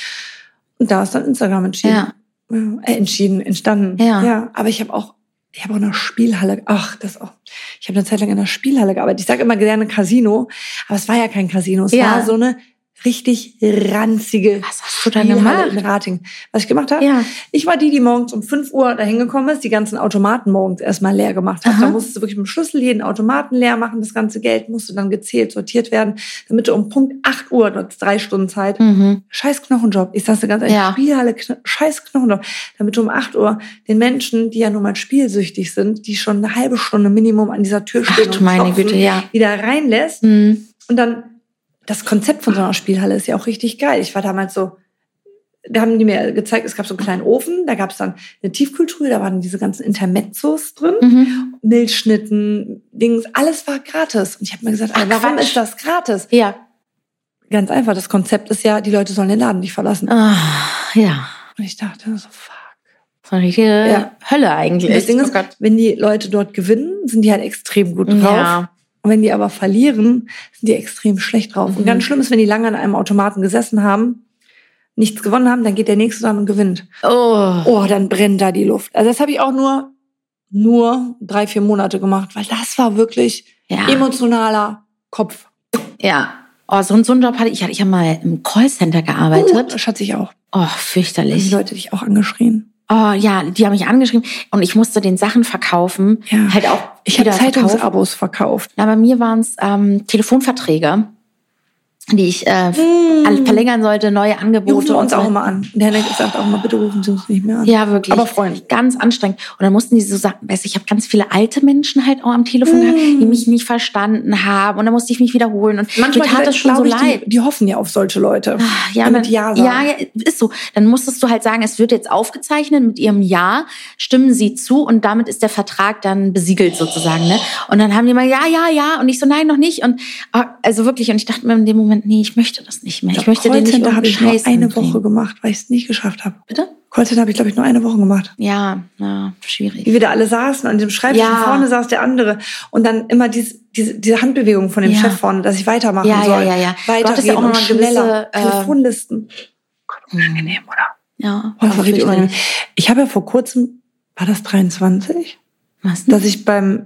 [SPEAKER 2] Und da ist dann Instagram entschieden.
[SPEAKER 1] Ja.
[SPEAKER 2] Ja, äh, entschieden, entstanden.
[SPEAKER 1] Ja.
[SPEAKER 2] aber ich habe auch, ich habe auch in der Spielhalle, ach, das auch. Ich habe eine Zeit lang in der Spielhalle gearbeitet. Ich sage immer gerne Casino, aber es war ja kein Casino. Es
[SPEAKER 1] Ja.
[SPEAKER 2] war so eine richtig ranzige
[SPEAKER 1] Was hast du da
[SPEAKER 2] Spielhalle
[SPEAKER 1] gemacht?
[SPEAKER 2] in Rating. Was ich gemacht habe?
[SPEAKER 1] Ja.
[SPEAKER 2] Ich war die, die morgens um 5 Uhr dahin gekommen ist, die ganzen Automaten morgens erstmal leer gemacht hat.
[SPEAKER 1] Aha.
[SPEAKER 2] Da musstest du wirklich mit dem Schlüssel jeden Automaten leer machen. Das ganze Geld musste dann gezählt, sortiert werden, damit du um Punkt 8 Uhr, du hattest drei Stunden Zeit,
[SPEAKER 1] Mhm.
[SPEAKER 2] scheiß Knochenjob. Ich sag's dir ganz ehrlich,
[SPEAKER 1] Ja.
[SPEAKER 2] Spielhalle, Kn scheiß Knochenjob. Damit du um 8 Uhr den Menschen, die ja nun mal spielsüchtig sind, die schon eine halbe Stunde Minimum an dieser Tür
[SPEAKER 1] Ach
[SPEAKER 2] stehen
[SPEAKER 1] du
[SPEAKER 2] und
[SPEAKER 1] meine
[SPEAKER 2] klopfen,
[SPEAKER 1] Güte, ja.
[SPEAKER 2] wieder reinlässt.
[SPEAKER 1] Mhm.
[SPEAKER 2] Und dann, das Konzept von so einer Spielhalle ist ja auch richtig geil. Ich war damals so, da haben die mir gezeigt, es gab so einen kleinen Ofen, da gab es dann eine Tiefkühltruhe, da waren diese ganzen Intermezzos drin,
[SPEAKER 1] Mhm.
[SPEAKER 2] Milchschnitten, Dings, alles war gratis. Und ich habe mir gesagt,
[SPEAKER 1] Ach,
[SPEAKER 2] ey, warum
[SPEAKER 1] Quatsch.
[SPEAKER 2] ist das gratis?
[SPEAKER 1] Ja.
[SPEAKER 2] Ganz einfach, das Konzept ist ja, die Leute sollen den Laden nicht verlassen.
[SPEAKER 1] Ah, ja.
[SPEAKER 2] Und ich dachte so, fuck.
[SPEAKER 1] Das war eine richtige
[SPEAKER 2] Ja.
[SPEAKER 1] Hölle eigentlich. Oh
[SPEAKER 2] das Ding ist, wenn die Leute dort gewinnen, sind die halt extrem gut drauf.
[SPEAKER 1] ja.
[SPEAKER 2] Und wenn die aber verlieren, sind die extrem schlecht drauf.
[SPEAKER 1] Mhm.
[SPEAKER 2] Und ganz schlimm ist, wenn die lange an einem Automaten gesessen haben, nichts gewonnen haben, dann geht der nächste dann und gewinnt.
[SPEAKER 1] Oh.
[SPEAKER 2] Oh, dann brennt da die Luft. Also das habe ich auch nur, nur drei, vier Monate gemacht, weil das war wirklich
[SPEAKER 1] Ja.
[SPEAKER 2] emotionaler Kopf.
[SPEAKER 1] ja. Oh, so, so einen Job hatte ich. Ich hatte- Ich habe mal im Callcenter gearbeitet.
[SPEAKER 2] Oh, schätze ich auch.
[SPEAKER 1] Oh,
[SPEAKER 2] Haben die
[SPEAKER 1] fürchterlich.
[SPEAKER 2] Leute dich auch angeschrien.
[SPEAKER 1] Oh ja, die haben mich angeschrieben und ich musste den Sachen verkaufen.
[SPEAKER 2] Ja.
[SPEAKER 1] Halt auch
[SPEAKER 2] Ich habe
[SPEAKER 1] wieder verkaufen.
[SPEAKER 2] Zeitungsabos verkauft.
[SPEAKER 1] Na, bei mir waren es ähm, Telefonverträge, die ich äh, alle verlängern sollte, neue
[SPEAKER 2] Die rufen
[SPEAKER 1] Angebote und
[SPEAKER 2] Mm. uns
[SPEAKER 1] so.
[SPEAKER 2] auch immer an. Der Henrik sagt auch immer, bitte rufen Sie uns nicht mehr an.
[SPEAKER 1] Ja, wirklich.
[SPEAKER 2] Aber Freund.
[SPEAKER 1] Ganz anstrengend. Und dann mussten die so Sachen, weißt du, ich habe ganz viele alte Menschen halt auch am
[SPEAKER 2] Mm.
[SPEAKER 1] Telefon gehabt, die mich nicht verstanden haben. Und dann musste ich mich wiederholen. Und mir tat das schon so
[SPEAKER 2] glaub ich,
[SPEAKER 1] leid.
[SPEAKER 2] Die, die hoffen ja auf solche Leute.
[SPEAKER 1] Ah, ja,
[SPEAKER 2] damit
[SPEAKER 1] dann,
[SPEAKER 2] ja sagen.
[SPEAKER 1] ja, ja, ist so. Dann musstest du halt sagen, es wird jetzt aufgezeichnet mit ihrem Ja, stimmen sie zu und damit ist der Vertrag dann besiegelt sozusagen. Ne? Und dann haben die mal ja, ja, ja und ich so nein, noch nicht und ah, also wirklich und ich dachte mir in dem Moment, nee, ich möchte das nicht mehr. Ich möchte den nicht
[SPEAKER 2] Callcenter
[SPEAKER 1] um
[SPEAKER 2] habe ich nur
[SPEAKER 1] Scheiß
[SPEAKER 2] eine
[SPEAKER 1] anbringen.
[SPEAKER 2] Woche gemacht, weil ich es nicht geschafft habe.
[SPEAKER 1] Bitte?
[SPEAKER 2] Callcenter habe ich, glaube ich, nur eine Woche gemacht.
[SPEAKER 1] Ja, na,
[SPEAKER 2] Wie
[SPEAKER 1] schwierig.
[SPEAKER 2] wir da alle saßen, an dem Schreibtisch
[SPEAKER 1] Ja.
[SPEAKER 2] und vorne saß der andere. Und dann immer dies, diese, diese Handbewegung von dem
[SPEAKER 1] Ja.
[SPEAKER 2] Chef vorne, dass ich weitermachen
[SPEAKER 1] Ja, ja,
[SPEAKER 2] soll.
[SPEAKER 1] ja, ja. Du hattest
[SPEAKER 2] Weitergehen
[SPEAKER 1] ja auch
[SPEAKER 2] und
[SPEAKER 1] noch eine
[SPEAKER 2] schneller.
[SPEAKER 1] gewisse, äh,
[SPEAKER 2] Telefonlisten.
[SPEAKER 1] Unangenehm,
[SPEAKER 2] oder?
[SPEAKER 1] Ja,
[SPEAKER 2] Oh, das war richtig unangenehm.
[SPEAKER 1] fürchterlich.
[SPEAKER 2] Ich habe ja vor kurzem, war das 23?
[SPEAKER 1] Was? denn?
[SPEAKER 2] Dass ich beim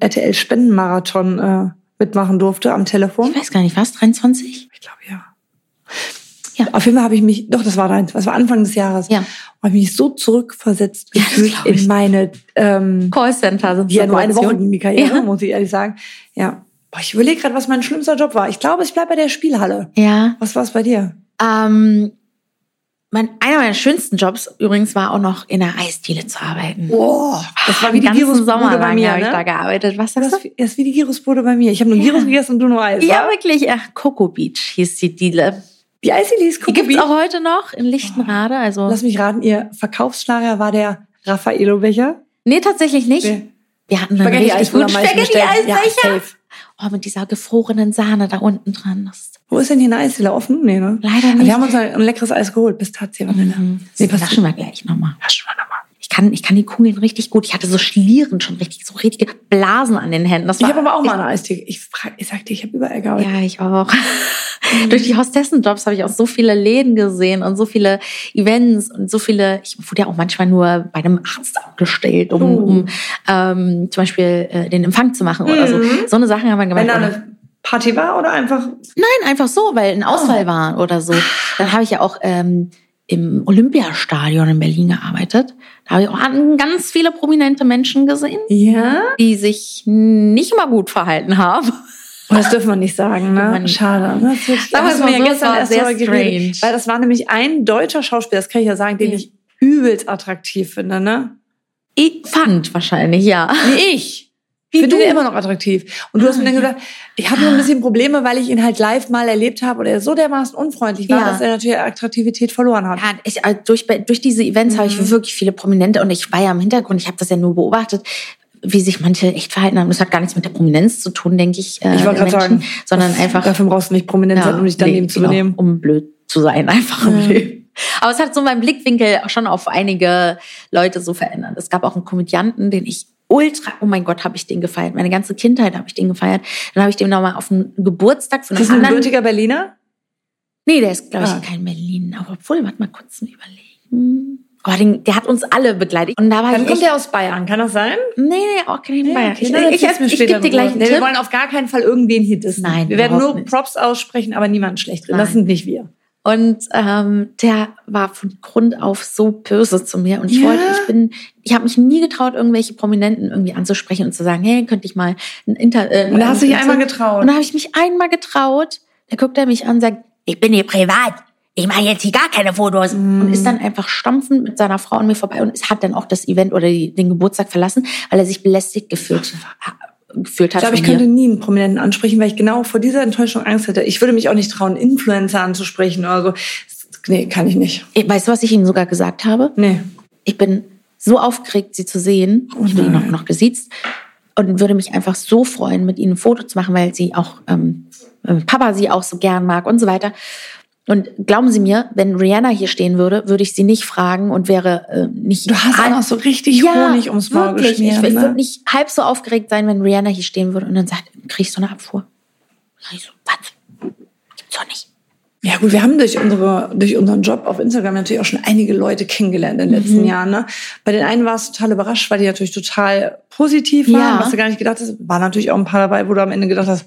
[SPEAKER 2] RTL-Spendenmarathon äh, mitmachen durfte am Telefon.
[SPEAKER 1] Ich weiß gar nicht, was 23?
[SPEAKER 2] Ich glaube, ja.
[SPEAKER 1] Ja.
[SPEAKER 2] Auf jeden Fall habe ich mich, doch, das war dein, das war Anfang des Jahres.
[SPEAKER 1] Ja.
[SPEAKER 2] Und habe mich so zurückversetzt
[SPEAKER 1] Ja, das
[SPEAKER 2] gefühlt
[SPEAKER 1] glaub ich.
[SPEAKER 2] in meine, ähm,
[SPEAKER 1] Callcenter sind
[SPEAKER 2] die ja nur eine Woche ging die Karriere,
[SPEAKER 1] Ja.
[SPEAKER 2] muss ich ehrlich sagen. Ja. Boah, ich überlege gerade, was mein schlimmster Job war. Ich glaube, ich bleibe bei der Spielhalle.
[SPEAKER 1] Ja.
[SPEAKER 2] Was war es bei dir?
[SPEAKER 1] Ähm, mein, einer meiner schönsten Jobs übrigens war auch noch in der Eisdiele zu arbeiten.
[SPEAKER 2] Boah, das war wie
[SPEAKER 1] Den
[SPEAKER 2] die
[SPEAKER 1] ganzen
[SPEAKER 2] Girosbude
[SPEAKER 1] Sommer
[SPEAKER 2] bei
[SPEAKER 1] lang
[SPEAKER 2] mir,
[SPEAKER 1] habe ich da
[SPEAKER 2] ne?
[SPEAKER 1] gearbeitet. Was
[SPEAKER 2] Das
[SPEAKER 1] sagst du?
[SPEAKER 2] das ist wie die Girosbude bei mir. Ich habe nur
[SPEAKER 1] Ja.
[SPEAKER 2] Gyros gegessen und du nur Eis.
[SPEAKER 1] Ja,
[SPEAKER 2] wa?
[SPEAKER 1] wirklich. Ach, Coco Beach hieß die Diele.
[SPEAKER 2] Die Eisdiele ist
[SPEAKER 1] Die gibt's
[SPEAKER 2] Kokobi.
[SPEAKER 1] auch heute noch in Lichtenrade. Also,
[SPEAKER 2] Lass mich raten, ihr Verkaufsschlager war der Raffaello Becher.
[SPEAKER 1] nee, tatsächlich nicht. Wir hatten einen richtig
[SPEAKER 2] Spaghetti-Eis
[SPEAKER 1] guten
[SPEAKER 2] wurde am meisten bestellt. Ja,
[SPEAKER 1] Spaghetti-Eisbecher.
[SPEAKER 2] safe.
[SPEAKER 1] Oh, mit dieser gefrorenen Sahne da unten dran. Das ist
[SPEAKER 2] Wo ist denn hier eine Eisdiele offen? Nee, ne?
[SPEAKER 1] leider
[SPEAKER 2] Aber
[SPEAKER 1] nicht.
[SPEAKER 2] Wir haben uns ein ein leckeres Eis geholt, Pistazienvanille.
[SPEAKER 1] Mhm.
[SPEAKER 2] Nee,
[SPEAKER 1] Das
[SPEAKER 2] passt
[SPEAKER 1] naschen wir gleich nochmal.
[SPEAKER 2] Hast du mal nochmal.
[SPEAKER 1] Ich kann, ich kann die Kugeln richtig gut. Ich hatte so Schlieren schon richtig, so richtige Blasen an den Händen. Das
[SPEAKER 2] Ich
[SPEAKER 1] war
[SPEAKER 2] habe aber auch mal eine Eisdiele. Ich, frag, ich sag dir, ich habe überall geholt.
[SPEAKER 1] Ja, ich auch.
[SPEAKER 2] Mhm.
[SPEAKER 1] Durch die Hostessenjobs habe ich auch so viele Läden gesehen und so viele Events und so viele. Ich wurde ja auch manchmal nur bei einem Arzt angestellt, um,
[SPEAKER 2] Oh.
[SPEAKER 1] um ähm, zum Beispiel äh, den Empfang zu machen oder so.
[SPEAKER 2] Mhm.
[SPEAKER 1] So eine Sachen haben wir
[SPEAKER 2] Wenn
[SPEAKER 1] gemacht.
[SPEAKER 2] da
[SPEAKER 1] Oder-
[SPEAKER 2] eine Party war oder einfach.
[SPEAKER 1] Nein, einfach so, weil ein
[SPEAKER 2] Oh.
[SPEAKER 1] Ausfall war oder so. Dann habe ich ja auch ähm, im Olympiastadion in Berlin gearbeitet. Da habe ich auch an- ganz viele prominente Menschen gesehen,
[SPEAKER 2] Ja?
[SPEAKER 1] die sich nicht mal gut verhalten haben.
[SPEAKER 2] Oh, das dürfen wir nicht
[SPEAKER 1] Dürfen
[SPEAKER 2] sagen,
[SPEAKER 1] wir
[SPEAKER 2] ne?
[SPEAKER 1] nicht.
[SPEAKER 2] Schade. Ne? Das wird-
[SPEAKER 1] Sagen wir
[SPEAKER 2] da
[SPEAKER 1] es
[SPEAKER 2] haben wir
[SPEAKER 1] mal so, es war sehr
[SPEAKER 2] drüber
[SPEAKER 1] strange.
[SPEAKER 2] geredet. Weil das war nämlich ein deutscher Schauspieler, das kann ich ja sagen, den
[SPEAKER 1] Ja.
[SPEAKER 2] ich übelst attraktiv finde, ne?
[SPEAKER 1] Ich fand wahrscheinlich, ja.
[SPEAKER 2] Wie ich.
[SPEAKER 1] Wie
[SPEAKER 2] Ich finde
[SPEAKER 1] du. Ah,
[SPEAKER 2] ihn immer noch attraktiv. Und du hast mir dann gesagt, ich habe nur ein bisschen Probleme, weil ich ihn halt live mal erlebt habe oder er so dermaßen unfreundlich war,
[SPEAKER 1] Ja.
[SPEAKER 2] dass er natürlich Attraktivität verloren hat.
[SPEAKER 1] Ja, ich, also durch, durch diese Events habe
[SPEAKER 2] Mhm.
[SPEAKER 1] ich wirklich viele Prominente und ich war ja im Hintergrund, ich habe das ja nur beobachtet, wie sich manche echt verhalten haben. Das hat gar nichts mit der Prominenz zu tun, denke ich. äh,
[SPEAKER 2] Ich wollte gerade
[SPEAKER 1] der
[SPEAKER 2] sagen,
[SPEAKER 1] Menschen, Sondern einfach.
[SPEAKER 2] Dafür brauchst du nicht prominent sein, um dich daneben
[SPEAKER 1] nee,
[SPEAKER 2] zu
[SPEAKER 1] genau,
[SPEAKER 2] benehmen.
[SPEAKER 1] Um blöd zu sein, einfach im
[SPEAKER 2] Ja.
[SPEAKER 1] Leben. Aber es hat so meinen Blickwinkel schon auf einige Leute so verändert. Es gab auch einen Komödianten, den ich ultra, oh mein Gott, habe ich den gefeiert. Meine ganze Kindheit habe ich den gefeiert. Dann habe ich den nochmal auf den Geburtstag von
[SPEAKER 2] Das ist
[SPEAKER 1] einem
[SPEAKER 2] ein
[SPEAKER 1] anderen
[SPEAKER 2] gebürtiger Berliner?
[SPEAKER 1] Nee, der ist, glaube ich,
[SPEAKER 2] Ah.
[SPEAKER 1] kein Berlin. Aber obwohl, warte mal kurz ein Überlegen. Aber den, der hat uns alle begleitet. Und da war
[SPEAKER 2] Dann
[SPEAKER 1] ich echt,
[SPEAKER 2] kommt er aus Bayern, kann das sein?
[SPEAKER 1] Nee, nee, auch kein Bayern.
[SPEAKER 2] okay,
[SPEAKER 1] Ich,
[SPEAKER 2] dann
[SPEAKER 1] ich, ich,
[SPEAKER 2] erzähl's mir
[SPEAKER 1] ich, gebe
[SPEAKER 2] später
[SPEAKER 1] dir
[SPEAKER 2] in Ruhe.
[SPEAKER 1] gleich einen
[SPEAKER 2] nee, Wir
[SPEAKER 1] Tipp.
[SPEAKER 2] wollen auf gar keinen Fall irgendwen hier dissen.
[SPEAKER 1] Nein,
[SPEAKER 2] wir werden
[SPEAKER 1] überhaupt
[SPEAKER 2] nur
[SPEAKER 1] nicht.
[SPEAKER 2] Props aussprechen, aber niemanden schlecht reden. Das
[SPEAKER 1] Nein.
[SPEAKER 2] sind nicht wir.
[SPEAKER 1] Und ähm, der war von Grund auf so böse zu mir. Und ich
[SPEAKER 2] Ja?
[SPEAKER 1] wollte, ich bin, ich habe mich nie getraut, irgendwelche Prominenten irgendwie anzusprechen und zu sagen, hey, könnte ich mal ein Inter... Äh,
[SPEAKER 2] Und da hast du dich einmal
[SPEAKER 1] Und
[SPEAKER 2] getraut.
[SPEAKER 1] da habe ich mich einmal getraut. Da guckt er mich an und sagt, ich bin hier privat. Ich mache jetzt hier gar keine Fotos.
[SPEAKER 2] Mhm.
[SPEAKER 1] Und ist dann einfach stampfend mit seiner Frau an mir vorbei und hat dann auch das Event oder die, den Geburtstag verlassen, weil er sich belästigt gefühlt, gefühlt
[SPEAKER 2] Ich
[SPEAKER 1] hat.
[SPEAKER 2] glaube, ich
[SPEAKER 1] von mir.
[SPEAKER 2] könnte nie einen Prominenten ansprechen, weil ich genau vor dieser Enttäuschung Angst hätte. Ich würde mich auch nicht trauen, Influencer anzusprechen oder so. Nee, kann ich nicht.
[SPEAKER 1] Ich- Weißt du, was ich ihm sogar gesagt habe?
[SPEAKER 2] Nee.
[SPEAKER 1] Ich bin so aufgeregt, sie zu sehen.
[SPEAKER 2] Oh
[SPEAKER 1] ich habe ihn auch noch gesiezt. Und würde mich einfach so freuen, mit ihnen ein Foto zu machen, weil sie auch, ähm, ähm, Papa sie auch so gern mag und so weiter. Und glauben Sie mir, wenn Rihanna hier stehen würde, würde ich sie nicht fragen und wäre äh, nicht.
[SPEAKER 2] Du hast auch
[SPEAKER 1] halb-
[SPEAKER 2] noch so richtig Honig ums Maul
[SPEAKER 1] wirklich.
[SPEAKER 2] geschmiert.
[SPEAKER 1] Ich, ich
[SPEAKER 2] ne?
[SPEAKER 1] würde nicht halb so aufgeregt sein, wenn Rihanna hier stehen würde und dann sagt, krieg ich so eine Abfuhr. Sag ich so, was? Gibt's doch nicht.
[SPEAKER 2] Ja gut, wir haben durch, unsere, durch unseren Job auf Instagram natürlich auch schon einige Leute kennengelernt in den
[SPEAKER 1] Mhm.
[SPEAKER 2] letzten Jahren. Ne? Bei den einen war es total überrascht, weil die natürlich total positiv waren,
[SPEAKER 1] Ja.
[SPEAKER 2] was du gar nicht gedacht hast. War natürlich auch ein paar dabei, wo du am Ende gedacht hast,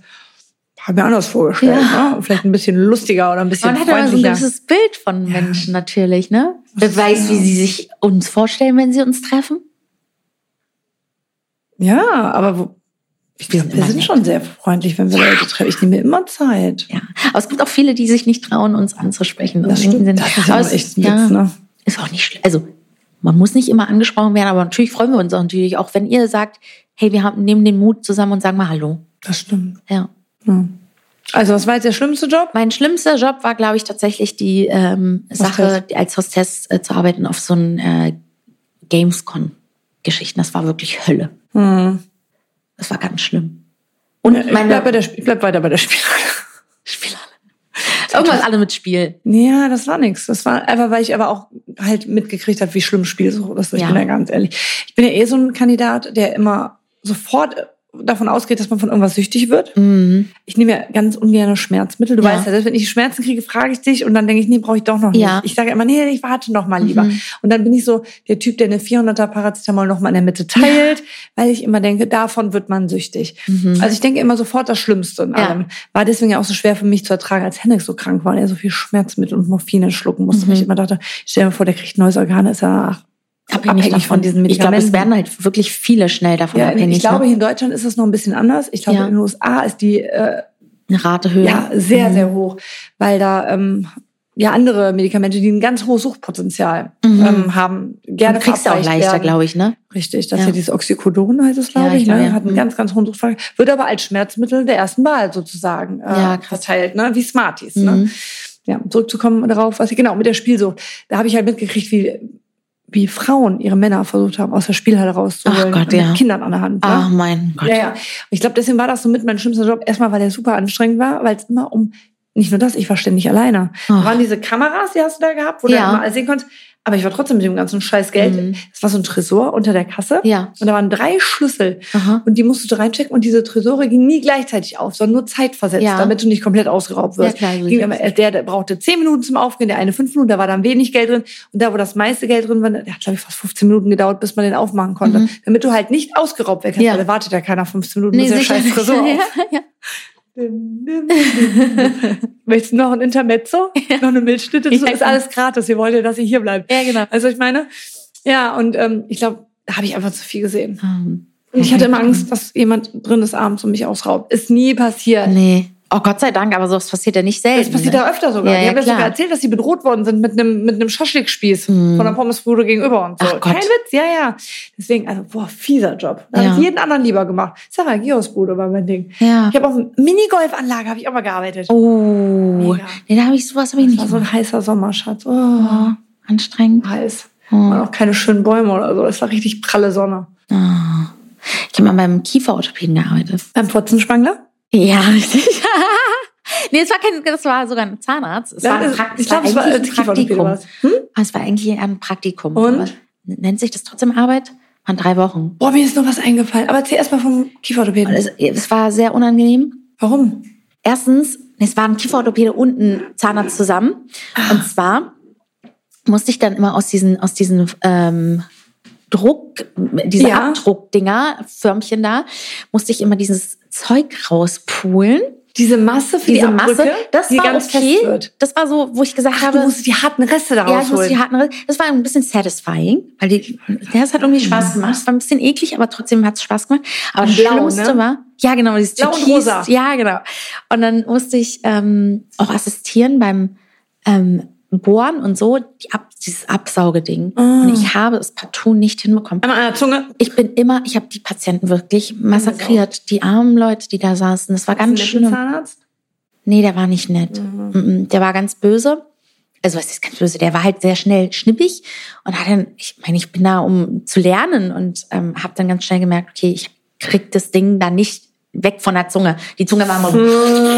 [SPEAKER 2] hab mir anders vorgestellt. Ne? Und Vielleicht ein bisschen lustiger oder ein bisschen
[SPEAKER 1] Man hat aber so ein
[SPEAKER 2] freundlicher.
[SPEAKER 1] gewisses Bild von Menschen natürlich, ne? Wer weiß, wie sie sich uns vorstellen, wenn sie uns treffen?
[SPEAKER 2] ja, aber wo, ich, wir, wir
[SPEAKER 1] immer
[SPEAKER 2] sind
[SPEAKER 1] nett.
[SPEAKER 2] schon sehr freundlich, wenn wir Leute treffen. Ich nehme mir immer Zeit.
[SPEAKER 1] Ja. Aber es gibt auch viele, die sich nicht trauen, uns anzusprechen.
[SPEAKER 2] Das,
[SPEAKER 1] Und denken, sind-
[SPEAKER 2] stimmt. das ist ja
[SPEAKER 1] aber
[SPEAKER 2] auch
[SPEAKER 1] es-
[SPEAKER 2] echt ein
[SPEAKER 1] ja,
[SPEAKER 2] Witz, ne?
[SPEAKER 1] Ist auch nicht schlimm. Also, man muss nicht immer angesprochen werden, aber natürlich freuen wir uns auch natürlich, auch wenn ihr sagt, hey, wir haben, nehmen den Mut zusammen und sagen mal Hallo.
[SPEAKER 2] Das stimmt.
[SPEAKER 1] Ja.
[SPEAKER 2] Ja. Also, was war jetzt der schlimmste Job?
[SPEAKER 1] Mein schlimmster Job war, glaube ich, tatsächlich die ähm, Sache,
[SPEAKER 2] Hostess.
[SPEAKER 1] die- als Hostess äh, zu arbeiten auf so einen äh, Gamescon-Geschichten. Das war wirklich Hölle.
[SPEAKER 2] Hm.
[SPEAKER 1] Das war ganz schlimm. Und
[SPEAKER 2] Ich
[SPEAKER 1] meine
[SPEAKER 2] bleib, bei der, Sp- ich bleib weiter bei der Spielhalle.
[SPEAKER 1] Spielhalle. Irgendwas alle mit Spiel.
[SPEAKER 2] Ja, das war nix. Das war einfach, weil ich aber auch halt mitgekriegt habe, wie schlimm Spielsucht ist. Ich
[SPEAKER 1] Ja.
[SPEAKER 2] bin ja ganz ehrlich. Ich bin ja eh so ein Kandidat, der immer sofort davon ausgeht, dass man von irgendwas süchtig wird.
[SPEAKER 1] Mhm.
[SPEAKER 2] Ich nehme ja ganz ungern Schmerzmittel. Du
[SPEAKER 1] Ja.
[SPEAKER 2] weißt ja, selbst wenn ich Schmerzen kriege, frage ich dich und dann denke ich, nee, brauche ich doch noch nicht.
[SPEAKER 1] Ja.
[SPEAKER 2] Ich sage immer, nee, ich warte noch mal lieber.
[SPEAKER 1] Mhm.
[SPEAKER 2] Und dann bin ich so der Typ, der eine 400er Paracetamol noch mal in der Mitte teilt, weil ich immer denke, davon wird man süchtig. Also ich denke immer sofort das Schlimmste in
[SPEAKER 1] Mhm. Ja.
[SPEAKER 2] allem. War deswegen ja auch so schwer für mich zu ertragen, als Henrik so krank war und er so viel Schmerzmittel und Morphine schlucken musste.
[SPEAKER 1] Mhm.
[SPEAKER 2] Weil ich immer dachte, ich stell mir vor, der kriegt ein neues Organ, ist ja abhängig, abhängig von diesen
[SPEAKER 1] Ich glaube,
[SPEAKER 2] Medikamenten.
[SPEAKER 1] es werden halt wirklich viele schnell davon
[SPEAKER 2] ja,
[SPEAKER 1] abhängig.
[SPEAKER 2] ich glaube,
[SPEAKER 1] ne?
[SPEAKER 2] hier in Deutschland ist es noch ein bisschen anders. Ich glaube,
[SPEAKER 1] Ja.
[SPEAKER 2] in den USA ist die äh,
[SPEAKER 1] eine Rate höher.
[SPEAKER 2] ja, sehr,
[SPEAKER 1] Mhm.
[SPEAKER 2] sehr hoch, weil da ähm, ja andere Medikamente, die ein ganz hohes Suchtpotenzial
[SPEAKER 1] Mhm.
[SPEAKER 2] ähm, haben,
[SPEAKER 1] Du
[SPEAKER 2] gerne
[SPEAKER 1] kriegst du auch
[SPEAKER 2] verabreicht
[SPEAKER 1] leichter,
[SPEAKER 2] werden.
[SPEAKER 1] glaube ich, ne?
[SPEAKER 2] Richtig, das ist
[SPEAKER 1] Ja.
[SPEAKER 2] ja dieses Oxycodon heißt es, glaube
[SPEAKER 1] Ja, ich
[SPEAKER 2] ich,
[SPEAKER 1] glaube,
[SPEAKER 2] ne?
[SPEAKER 1] ja.
[SPEAKER 2] hat einen
[SPEAKER 1] Mhm.
[SPEAKER 2] ganz, ganz hohen Suchtfall, wird aber als Schmerzmittel der ersten Wahl sozusagen äh,
[SPEAKER 1] Ja, krass.
[SPEAKER 2] verteilt, ne? wie Smarties. Ne?
[SPEAKER 1] Mhm.
[SPEAKER 2] Ja, zurückzukommen darauf, was ich, genau, mit der Spielsucht, da habe ich halt mitgekriegt, wie, wie Frauen ihre Männer versucht haben, aus der Spielhalle rauszuholen,
[SPEAKER 1] Ach Gott,
[SPEAKER 2] mit
[SPEAKER 1] ja. Ah,
[SPEAKER 2] Kindern an der Hand.
[SPEAKER 1] Ach
[SPEAKER 2] Ne?
[SPEAKER 1] mein Gott.
[SPEAKER 2] Ja, ja. Und Ich glaube, deswegen war das so mit mein schlimmster Job. Erstmal, weil der super anstrengend war, weil es immer um, nicht nur das, ich war ständig alleine. Da
[SPEAKER 1] Ach.
[SPEAKER 2] waren diese Kameras, die hast du da gehabt, wo
[SPEAKER 1] Oh. Ja.
[SPEAKER 2] du immer alles sehen konntest. Aber ich war trotzdem mit dem ganzen Scheiß Geld.
[SPEAKER 1] Mhm.
[SPEAKER 2] Es war so ein Tresor unter der Kasse.
[SPEAKER 1] Ja.
[SPEAKER 2] Und da waren drei Schlüssel.
[SPEAKER 1] Aha.
[SPEAKER 2] Und die musst du da reinchecken. Und diese Tresore gingen nie gleichzeitig auf, sondern nur zeitversetzt,
[SPEAKER 1] Ja.
[SPEAKER 2] damit du nicht komplett ausgeraubt wirst.
[SPEAKER 1] Ja, klar,
[SPEAKER 2] Ging immer, der, der brauchte zehn Minuten zum Aufgehen, der eine fünf Minuten, da war dann wenig Geld drin. Und da, wo das meiste Geld drin war, der hat, glaube ich, fast 15 Minuten gedauert, bis man den aufmachen konnte. Damit du halt nicht ausgeraubt werden kannst,
[SPEAKER 1] Mhm. Ja.
[SPEAKER 2] weil da wartet ja keiner 15 Minuten,
[SPEAKER 1] Nee,
[SPEAKER 2] bis
[SPEAKER 1] sicher
[SPEAKER 2] der scheiß
[SPEAKER 1] nicht.
[SPEAKER 2] Tresor auf.
[SPEAKER 1] ja, ja.
[SPEAKER 2] Dim, dim, dim. Möchtest du noch ein Intermezzo? Noch eine Milchschnitte? Das
[SPEAKER 1] Ja,
[SPEAKER 2] ist alles gratis. Wir wollen ja, dass ihr hier bleibt.
[SPEAKER 1] Ja, genau.
[SPEAKER 2] Also ich meine, ja, und ähm, ich glaube, da habe ich einfach zu viel gesehen.
[SPEAKER 1] Ähm,
[SPEAKER 2] Und ich hatte immer Angst, dass jemand drin ist abends und mich ausraubt. Ist nie passiert.
[SPEAKER 1] Nee. Oh Gott sei Dank, aber sowas passiert ja nicht selten.
[SPEAKER 2] Das passiert
[SPEAKER 1] ne?
[SPEAKER 2] ja öfter sogar.
[SPEAKER 1] Ja,
[SPEAKER 2] die
[SPEAKER 1] ja,
[SPEAKER 2] haben ja
[SPEAKER 1] klar. Mhm.
[SPEAKER 2] sogar erzählt, dass sie bedroht worden sind mit einem, mit einem Schaschlikspieß von der Pommesbude gegenüber und so.
[SPEAKER 1] Ach Gott.
[SPEAKER 2] Kein Witz, ja, ja. Deswegen, also, boah, fieser Job. Da
[SPEAKER 1] Ja.
[SPEAKER 2] habe ich jeden anderen lieber gemacht. Sarah Giosbude war mein Ding.
[SPEAKER 1] Ja.
[SPEAKER 2] Ich habe auf einer Minigolfanlage habe ich auch mal gearbeitet.
[SPEAKER 1] Oh.
[SPEAKER 2] Mega.
[SPEAKER 1] Nee, da habe ich sowas habe ich
[SPEAKER 2] das war
[SPEAKER 1] nicht.
[SPEAKER 2] so
[SPEAKER 1] gemacht.
[SPEAKER 2] ein heißer Sommerschatz. Oh,
[SPEAKER 1] Oh, anstrengend.
[SPEAKER 2] heiß.
[SPEAKER 1] Oh.
[SPEAKER 2] Waren auch keine schönen Bäume oder so. Es war richtig pralle Sonne.
[SPEAKER 1] Ah. Ich habe mal beim Kieferorthopäden gearbeitet.
[SPEAKER 2] Beim Fotzenspangler?
[SPEAKER 1] Ja, richtig. nee, es war kein, das war sogar ein Zahnarzt. Es war ein Prakt-
[SPEAKER 2] ich glaube, es war äh,
[SPEAKER 1] eigentlich
[SPEAKER 2] als Kieferorthopäde war's. Hm?
[SPEAKER 1] Ah, Es war eigentlich eher ein Praktikum.
[SPEAKER 2] Und?
[SPEAKER 1] Aber Nennt sich das trotzdem Arbeit? Waren drei Wochen.
[SPEAKER 2] Boah, mir ist noch was eingefallen. Aber erzähl erst mal vom
[SPEAKER 1] Und
[SPEAKER 2] Kieferorthopäden.
[SPEAKER 1] es, es war sehr unangenehm.
[SPEAKER 2] Warum?
[SPEAKER 1] Erstens, es waren Kieferorthopäde und ein Zahnarzt zusammen.
[SPEAKER 2] Ah.
[SPEAKER 1] Und zwar musste ich dann immer aus diesen, aus diesen ähm, Druck, diese
[SPEAKER 2] Ja.
[SPEAKER 1] Abdruckdinger, Förmchen da, musste ich immer dieses Zeug rauspulen.
[SPEAKER 2] Diese Masse für die
[SPEAKER 1] Diese
[SPEAKER 2] Abdrücke,
[SPEAKER 1] Masse, das
[SPEAKER 2] die
[SPEAKER 1] war
[SPEAKER 2] ganz
[SPEAKER 1] okay.
[SPEAKER 2] fest wird.
[SPEAKER 1] Das war so, wo ich gesagt
[SPEAKER 2] Ach,
[SPEAKER 1] habe.
[SPEAKER 2] du musst die harten Reste daraus
[SPEAKER 1] Ja, ich musste
[SPEAKER 2] holen.
[SPEAKER 1] die harten Riss. Das war ein bisschen satisfying, weil die, ja, es hat irgendwie Spaß gemacht. Es war ein bisschen eklig, aber trotzdem hat es Spaß gemacht. Aber das
[SPEAKER 2] Mhm. Blau,
[SPEAKER 1] Schlimmste
[SPEAKER 2] ne?
[SPEAKER 1] war, ja genau, dieses
[SPEAKER 2] Blau und
[SPEAKER 1] Türkis.
[SPEAKER 2] rosa.
[SPEAKER 1] Ja, genau. Und dann musste ich ähm, auch assistieren beim ähm, Bohren und so, die Ab dieses Absaugeding.
[SPEAKER 2] Ah.
[SPEAKER 1] Und ich habe es partout nicht hinbekommen.
[SPEAKER 2] Einmal an der Zunge.
[SPEAKER 1] Ich bin immer, ich habe die Patienten wirklich massakriert. Die armen Leute, die da saßen. Das war ganz
[SPEAKER 2] Hast du einen netten
[SPEAKER 1] schlimm.
[SPEAKER 2] Zahnarzt?
[SPEAKER 1] Nee, der war nicht nett. Mhm. Der war ganz böse. Also was ist ganz böse? Der war halt sehr schnell schnippig und hat dann, ich meine, ich bin da, um zu lernen und ähm, habe dann ganz schnell gemerkt, okay, ich krieg das Ding da nicht weg von der Zunge. Die Zunge war immer so,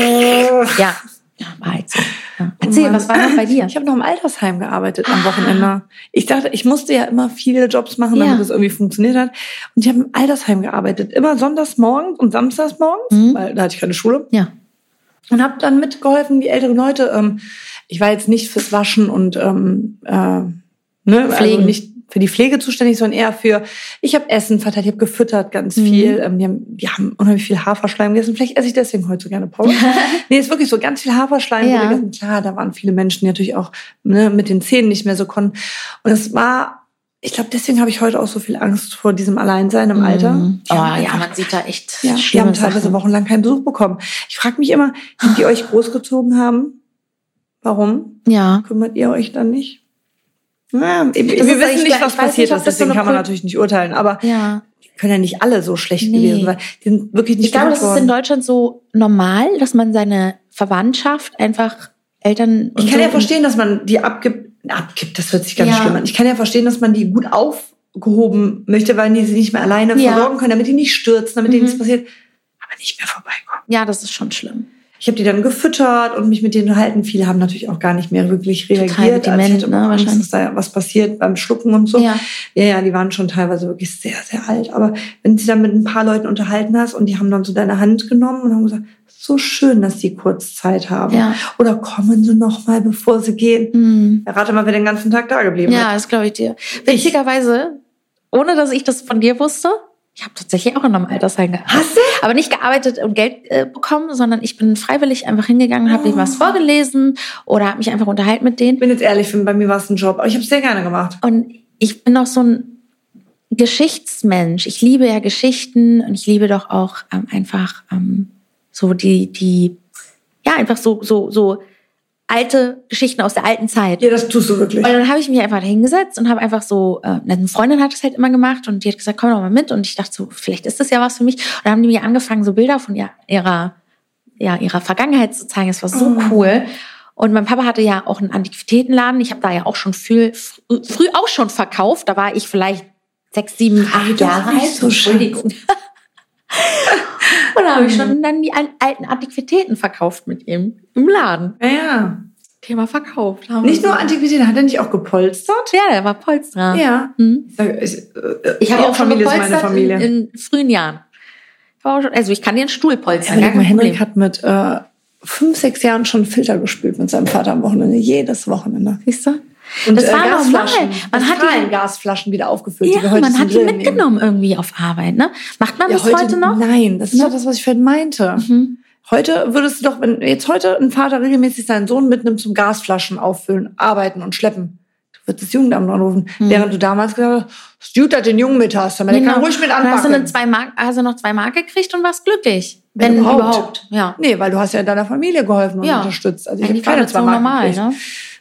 [SPEAKER 1] ja, ja war halt so. Ja. Erzähl,
[SPEAKER 2] Oh Mann.
[SPEAKER 1] was war noch bei dir?
[SPEAKER 2] Ich habe noch im Altersheim gearbeitet am Wochenende. Ich dachte, ich musste ja immer viele Jobs machen,
[SPEAKER 1] Ah. Ja.
[SPEAKER 2] damit es irgendwie funktioniert hat. Und ich habe im Altersheim gearbeitet. Immer sonntags morgens und samstags morgens,
[SPEAKER 1] Mhm.
[SPEAKER 2] weil da hatte ich keine Schule.
[SPEAKER 1] Ja,
[SPEAKER 2] Und habe dann mitgeholfen, die älteren Leute. Ähm, ich war jetzt nicht fürs Waschen und ähm, äh, ne, also
[SPEAKER 1] Pflegen.
[SPEAKER 2] nicht für die Pflege zuständig, sondern eher für, ich habe Essen verteilt, ich habe gefüttert
[SPEAKER 1] Mhm.
[SPEAKER 2] ganz viel. Ähm, die, haben, die haben unheimlich viel Haferschleim gegessen. Vielleicht esse ich deswegen heute so gerne Porridge. nee, ist wirklich so, ganz viel Haferschleim
[SPEAKER 1] Ja.
[SPEAKER 2] wurde gegessen. Klar, da waren viele Menschen, die natürlich auch ne, mit den Zähnen nicht mehr so konnten. Und es war, ich glaube, deswegen habe ich heute auch so viel Angst vor diesem Alleinsein im Alter.
[SPEAKER 1] Mhm.
[SPEAKER 2] Die
[SPEAKER 1] Oh
[SPEAKER 2] haben
[SPEAKER 1] ja,
[SPEAKER 2] einfach
[SPEAKER 1] man sieht da echt
[SPEAKER 2] ja, die
[SPEAKER 1] schlimme
[SPEAKER 2] haben teilweise
[SPEAKER 1] Sachen.
[SPEAKER 2] wochenlang keinen Besuch bekommen. Ich frage mich immer, wenn die euch großgezogen haben, warum
[SPEAKER 1] Ja,
[SPEAKER 2] kümmert ihr euch dann nicht? Ja, wir
[SPEAKER 1] ist
[SPEAKER 2] wissen
[SPEAKER 1] eigentlich-
[SPEAKER 2] nicht, was
[SPEAKER 1] ich weiß
[SPEAKER 2] passiert
[SPEAKER 1] nicht, ob
[SPEAKER 2] ist,
[SPEAKER 1] das so
[SPEAKER 2] deswegen
[SPEAKER 1] eine
[SPEAKER 2] kann man
[SPEAKER 1] Kul-
[SPEAKER 2] natürlich nicht urteilen, aber
[SPEAKER 1] ja.
[SPEAKER 2] die können ja nicht alle so schlecht
[SPEAKER 1] Nee.
[SPEAKER 2] gewesen sein. Die sind wirklich nicht
[SPEAKER 1] Ich glaube, das
[SPEAKER 2] genannt
[SPEAKER 1] ist in
[SPEAKER 2] worden.
[SPEAKER 1] Deutschland so normal, dass man seine Verwandtschaft einfach Eltern. und
[SPEAKER 2] Ich kann
[SPEAKER 1] so
[SPEAKER 2] ja verstehen, dass man die abgibt, abgibt, das hört sich ganz
[SPEAKER 1] Ja.
[SPEAKER 2] schlimm an. Ich kann ja verstehen, dass man die gut aufgehoben möchte, weil die sie nicht mehr alleine
[SPEAKER 1] Ja.
[SPEAKER 2] versorgen können, damit die nicht stürzen, damit denen
[SPEAKER 1] Mhm.
[SPEAKER 2] nichts passiert, aber nicht mehr vorbeikommen.
[SPEAKER 1] Ja, das ist schon schlimm.
[SPEAKER 2] Ich habe die dann gefüttert und mich mit denen unterhalten. Viele haben natürlich auch gar nicht mehr wirklich reagiert. Also
[SPEAKER 1] dement,
[SPEAKER 2] ich hatte immer
[SPEAKER 1] ne,
[SPEAKER 2] Angst,
[SPEAKER 1] wahrscheinlich.
[SPEAKER 2] dass da was passiert beim Schlucken und so.
[SPEAKER 1] Ja.
[SPEAKER 2] ja, ja, die waren schon teilweise wirklich sehr, sehr alt. Aber wenn du dich dann mit ein paar Leuten unterhalten hast und die haben dann so deine Hand genommen und haben gesagt, so schön, dass sie kurz Zeit haben.
[SPEAKER 1] Ja.
[SPEAKER 2] Oder kommen sie noch mal, bevor sie gehen.
[SPEAKER 1] Hm.
[SPEAKER 2] Errate mal, wer den ganzen Tag da geblieben
[SPEAKER 1] Ja,
[SPEAKER 2] ist.
[SPEAKER 1] das glaube ich dir. Witzigerweise, ohne dass ich das von dir wusste, ich habe tatsächlich auch in einem Altersheim gearbeitet.
[SPEAKER 2] Hast du?
[SPEAKER 1] Aber nicht gearbeitet und Geld äh, bekommen, sondern ich bin freiwillig einfach hingegangen, habe denen was vorgelesen oder habe mich einfach unterhalten mit
[SPEAKER 2] Ich
[SPEAKER 1] denen.
[SPEAKER 2] bin jetzt ehrlich, bei mir war es ein Job, aber ich habe es sehr gerne gemacht.
[SPEAKER 1] Und ich bin auch so ein Geschichtsmensch. Ich liebe ja Geschichten und ich liebe doch auch ähm, einfach ähm, so die, die, ja, einfach so, so, so alte Geschichten aus der alten Zeit.
[SPEAKER 2] Ja, das tust du wirklich.
[SPEAKER 1] Und dann habe ich mich einfach hingesetzt und habe einfach so, äh, eine Freundin hat das halt immer gemacht und die hat gesagt, komm doch mal mit. Und ich dachte so, vielleicht ist das ja was für mich. Und dann haben die mir angefangen, so Bilder von ihr- ihrer, ja, ihrer Vergangenheit zu zeigen. Das war so cool. Und mein Papa hatte ja auch einen Antiquitätenladen. Ich habe da ja auch schon viel, fr- früh auch schon verkauft. Da war ich vielleicht sechs, sieben,
[SPEAKER 2] Frag
[SPEAKER 1] acht
[SPEAKER 2] doch
[SPEAKER 1] Jahre
[SPEAKER 2] nicht
[SPEAKER 1] alt.
[SPEAKER 2] so, Schatz.
[SPEAKER 1] Entschuldigung. Und da habe ich schon dann die al- alten Antiquitäten verkauft mit ihm im Laden.
[SPEAKER 2] Ja, ja.
[SPEAKER 1] Thema verkauft.
[SPEAKER 2] Nicht nur Antiquitäten, hat er nicht auch gepolstert?
[SPEAKER 1] Ja, der war Polsterer.
[SPEAKER 2] Ja.
[SPEAKER 1] Hm.
[SPEAKER 2] Ich, sag, ich, äh,
[SPEAKER 1] Ich habe
[SPEAKER 2] ihre
[SPEAKER 1] auch schon
[SPEAKER 2] Mhm. Familie ist
[SPEAKER 1] gepolstert
[SPEAKER 2] meine Familie.
[SPEAKER 1] In, in frühen Jahren. Ich habe auch schon, also ich kann dir einen Stuhl polstern.
[SPEAKER 2] Überleg
[SPEAKER 1] gar
[SPEAKER 2] mal,
[SPEAKER 1] kein
[SPEAKER 2] Henrik
[SPEAKER 1] Problem.
[SPEAKER 2] hat mit äh, fünf, sechs Jahren schon Filter gespielt mit seinem Vater am Wochenende, jedes Wochenende. äh,
[SPEAKER 1] Siehst du? das war normal. Man hat die,
[SPEAKER 2] Gasflaschen wieder aufgefüllt,
[SPEAKER 1] ja, man hat die mitgenommen irgendwie auf Arbeit. Ne? Macht man
[SPEAKER 2] Ja,
[SPEAKER 1] das heute, noch? Ne? Mhm.
[SPEAKER 2] Nein, das ist ja das, was ich vorhin meinte. Heute würdest du doch, wenn jetzt heute ein Vater regelmäßig seinen Sohn mitnimmt zum Gasflaschen auffüllen, arbeiten und schleppen, du würdest das Jugendamt anrufen.
[SPEAKER 1] Mhm.
[SPEAKER 2] Während du damals gesagt hast, ist gut, dass du den Jungen mit hast, aber der kann ruhig mit
[SPEAKER 1] Genau. Dann Hast du, eine
[SPEAKER 2] anpacken.
[SPEAKER 1] zwei Mark, hast du noch zwei Mark gekriegt und warst glücklich.
[SPEAKER 2] Wenn
[SPEAKER 1] Wenn,
[SPEAKER 2] überhaupt.
[SPEAKER 1] überhaupt. Ja.
[SPEAKER 2] Nee, weil du hast ja deiner Familie geholfen und
[SPEAKER 1] Ja.
[SPEAKER 2] unterstützt. Also ich habe
[SPEAKER 1] Eigentlich
[SPEAKER 2] keine
[SPEAKER 1] war das
[SPEAKER 2] zwei
[SPEAKER 1] so
[SPEAKER 2] Mark
[SPEAKER 1] normal,
[SPEAKER 2] gekriegt.
[SPEAKER 1] ne?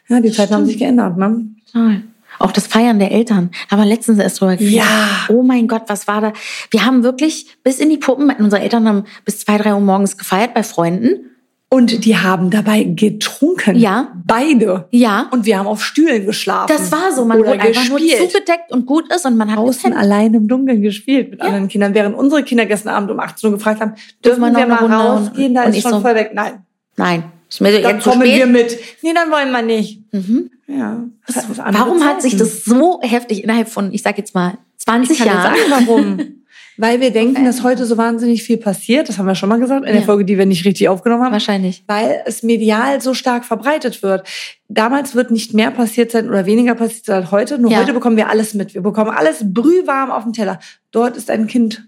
[SPEAKER 2] Ja, die Zeiten haben sich geändert, ne?
[SPEAKER 1] Toll. Auch das Feiern der Eltern. Haben wir letztens erst drüber geredet.
[SPEAKER 2] Ja.
[SPEAKER 1] Oh mein Gott, was war da? Wir haben wirklich bis in die Puppen, unsere Eltern haben bis zwei, drei Uhr morgens gefeiert bei Freunden.
[SPEAKER 2] Und die haben dabei getrunken.
[SPEAKER 1] Ja.
[SPEAKER 2] Beide.
[SPEAKER 1] Ja.
[SPEAKER 2] Und wir haben auf Stühlen geschlafen.
[SPEAKER 1] Das war so. Man
[SPEAKER 2] Oder
[SPEAKER 1] wurde einfach nur
[SPEAKER 2] gespielt.
[SPEAKER 1] zugedeckt und gut ist und man hat
[SPEAKER 2] draußen
[SPEAKER 1] gepennt.
[SPEAKER 2] allein im Dunkeln gespielt mit anderen Kindern, während unsere Kinder gestern Abend um 18 Uhr gefragt haben, dürfen
[SPEAKER 1] wir noch
[SPEAKER 2] wir
[SPEAKER 1] eine
[SPEAKER 2] mal
[SPEAKER 1] Runde?
[SPEAKER 2] rausgehen, da
[SPEAKER 1] Und
[SPEAKER 2] ist
[SPEAKER 1] ich
[SPEAKER 2] schon
[SPEAKER 1] so,
[SPEAKER 2] voll weg. Nein,
[SPEAKER 1] Nein. Ist mir
[SPEAKER 2] dann
[SPEAKER 1] jetzt zu
[SPEAKER 2] kommen wir
[SPEAKER 1] spät.
[SPEAKER 2] mit. Nee, dann wollen wir nicht.
[SPEAKER 1] Mhm.
[SPEAKER 2] Ja. das hat andere
[SPEAKER 1] Warum hat sich
[SPEAKER 2] Zeiten.
[SPEAKER 1] das so heftig innerhalb von, ich sag jetzt mal, 20
[SPEAKER 2] Ich kann dir
[SPEAKER 1] Jahren?
[SPEAKER 2] sagen, warum. Weil wir denken, dass heute so wahnsinnig viel passiert. Das haben wir schon mal gesagt in der
[SPEAKER 1] Ja.
[SPEAKER 2] Folge, die wir nicht richtig aufgenommen haben.
[SPEAKER 1] Wahrscheinlich.
[SPEAKER 2] weil es medial so stark verbreitet wird. Damals wird nicht mehr passiert sein oder weniger passiert sein als heute. Nur
[SPEAKER 1] Ja.
[SPEAKER 2] heute bekommen wir alles mit. Wir bekommen alles brühwarm auf dem Teller. Dort ist ein Kind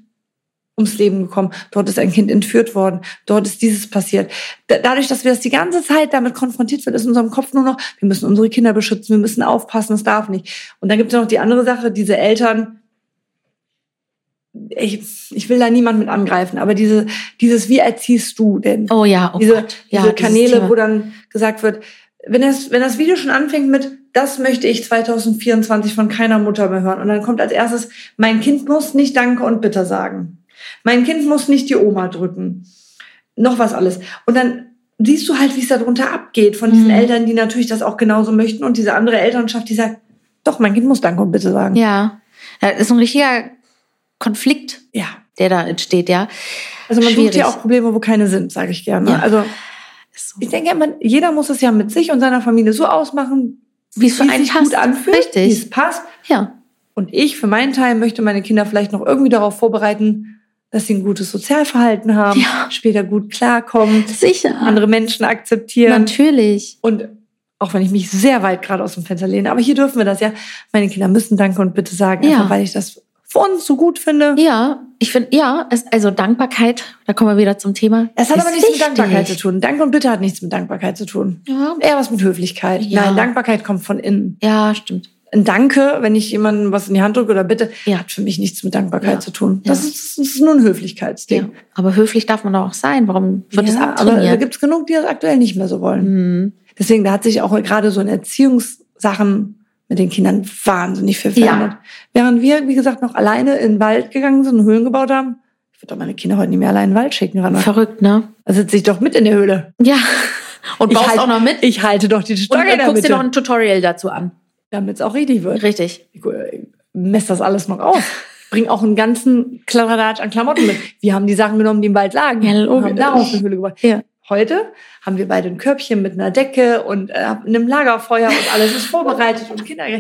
[SPEAKER 2] ums Leben gekommen. Dort ist ein Kind entführt worden. Dort ist dieses passiert. Da, dadurch, dass wir das die ganze Zeit damit konfrontiert wird, ist in unserem Kopf nur noch, wir müssen unsere Kinder beschützen, wir müssen aufpassen, das darf nicht. Und dann gibt es noch die andere Sache, diese Eltern, ich, ich will da niemand mit angreifen, aber diese, dieses, wie erziehst du denn?
[SPEAKER 1] Oh ja, oh
[SPEAKER 2] diese,
[SPEAKER 1] Gott. Ja,
[SPEAKER 2] diese
[SPEAKER 1] dieses
[SPEAKER 2] Kanäle,
[SPEAKER 1] Thema.
[SPEAKER 2] wo dann gesagt wird, wenn das, wenn das Video schon anfängt mit, das möchte ich 2024 von keiner Mutter mehr hören. Und dann kommt als erstes, mein Kind muss nicht Danke und Bitte sagen. Mein Kind muss nicht die Oma drücken. Noch was alles. Und dann siehst du halt, wie es darunter abgeht von diesen
[SPEAKER 1] Mhm.
[SPEAKER 2] Eltern, die natürlich das auch genauso möchten und diese andere Elternschaft, die sagt, doch, mein Kind muss Danke und Bitte sagen.
[SPEAKER 1] Ja. Das ist ein richtiger Konflikt,
[SPEAKER 2] Ja.
[SPEAKER 1] der da entsteht, ja.
[SPEAKER 2] Also man sucht
[SPEAKER 1] Schwierig.
[SPEAKER 2] ja auch Probleme, wo keine sind, sage ich gerne.
[SPEAKER 1] Ja.
[SPEAKER 2] Also
[SPEAKER 1] Ist so.
[SPEAKER 2] ich denke, man, jeder muss es ja mit sich und seiner Familie so ausmachen,
[SPEAKER 1] Wie es für
[SPEAKER 2] wie es
[SPEAKER 1] einen
[SPEAKER 2] sich gut
[SPEAKER 1] passt.
[SPEAKER 2] anfühlt, wie
[SPEAKER 1] Richtig.
[SPEAKER 2] es passt.
[SPEAKER 1] Ja.
[SPEAKER 2] Und ich für meinen Teil möchte meine Kinder vielleicht noch irgendwie darauf vorbereiten, dass sie ein gutes Sozialverhalten haben,
[SPEAKER 1] Ja.
[SPEAKER 2] später gut klarkommen,
[SPEAKER 1] Sicher.
[SPEAKER 2] andere Menschen akzeptieren.
[SPEAKER 1] Natürlich.
[SPEAKER 2] Und auch wenn ich mich sehr weit gerade aus dem Fenster lehne, aber hier dürfen wir das ja. Meine Kinder müssen Danke und Bitte sagen,
[SPEAKER 1] Ja.
[SPEAKER 2] einfach weil ich das für uns so gut finde.
[SPEAKER 1] Ja, ich finde, ja, es, also Dankbarkeit, da kommen wir wieder zum Thema.
[SPEAKER 2] Es hat
[SPEAKER 1] ist
[SPEAKER 2] aber nichts
[SPEAKER 1] wichtig.
[SPEAKER 2] mit Dankbarkeit zu tun. Danke und Bitte hat nichts mit Dankbarkeit zu tun.
[SPEAKER 1] Ja,
[SPEAKER 2] Eher was mit Höflichkeit.
[SPEAKER 1] Ja.
[SPEAKER 2] Nein, Dankbarkeit kommt von innen.
[SPEAKER 1] ja stimmt.
[SPEAKER 2] Ein Danke, wenn ich jemandem was in die Hand drücke oder bitte,
[SPEAKER 1] Ja.
[SPEAKER 2] hat für mich nichts mit Dankbarkeit
[SPEAKER 1] Ja.
[SPEAKER 2] zu tun.
[SPEAKER 1] Ja.
[SPEAKER 2] Das, ist, das ist nur ein Höflichkeitsding.
[SPEAKER 1] Ja. Aber höflich darf man doch auch sein. Warum wird es
[SPEAKER 2] ja, aber da
[SPEAKER 1] abtrainiert?
[SPEAKER 2] gibt es genug, die das aktuell nicht mehr so wollen.
[SPEAKER 1] Hm.
[SPEAKER 2] Deswegen, da hat sich auch gerade so in Erziehungssachen mit den Kindern wahnsinnig viel verändert. Während wir, wie gesagt, noch alleine in den Wald gegangen sind und Höhlen gebaut haben, ich würde doch meine Kinder heute nicht mehr allein in den Wald schicken, Rana.
[SPEAKER 1] Verrückt, ne?
[SPEAKER 2] Da sitze ich doch mit in der Höhle.
[SPEAKER 1] Ja. Und
[SPEAKER 2] Ich
[SPEAKER 1] baust
[SPEAKER 2] halt-
[SPEAKER 1] auch noch mit.
[SPEAKER 2] Ich halte doch die
[SPEAKER 1] und
[SPEAKER 2] Stange
[SPEAKER 1] äh,
[SPEAKER 2] in der
[SPEAKER 1] guckst dir noch
[SPEAKER 2] Mitte,
[SPEAKER 1] ein Tutorial dazu an.
[SPEAKER 2] damit es auch richtig wird.
[SPEAKER 1] Richtig.
[SPEAKER 2] Ich äh, mess das alles noch aus. Bring auch einen ganzen Kladderadatsch an Klamotten mit. Wir haben die Sachen genommen, die im Wald lagen.
[SPEAKER 1] Ja,
[SPEAKER 2] und haben
[SPEAKER 1] logisch.
[SPEAKER 2] darauf eine Höhle gebracht.
[SPEAKER 1] Ja.
[SPEAKER 2] Heute haben wir beide ein Körbchen mit einer Decke und äh, einem Lagerfeuer und alles ist vorbereitet und Kinder.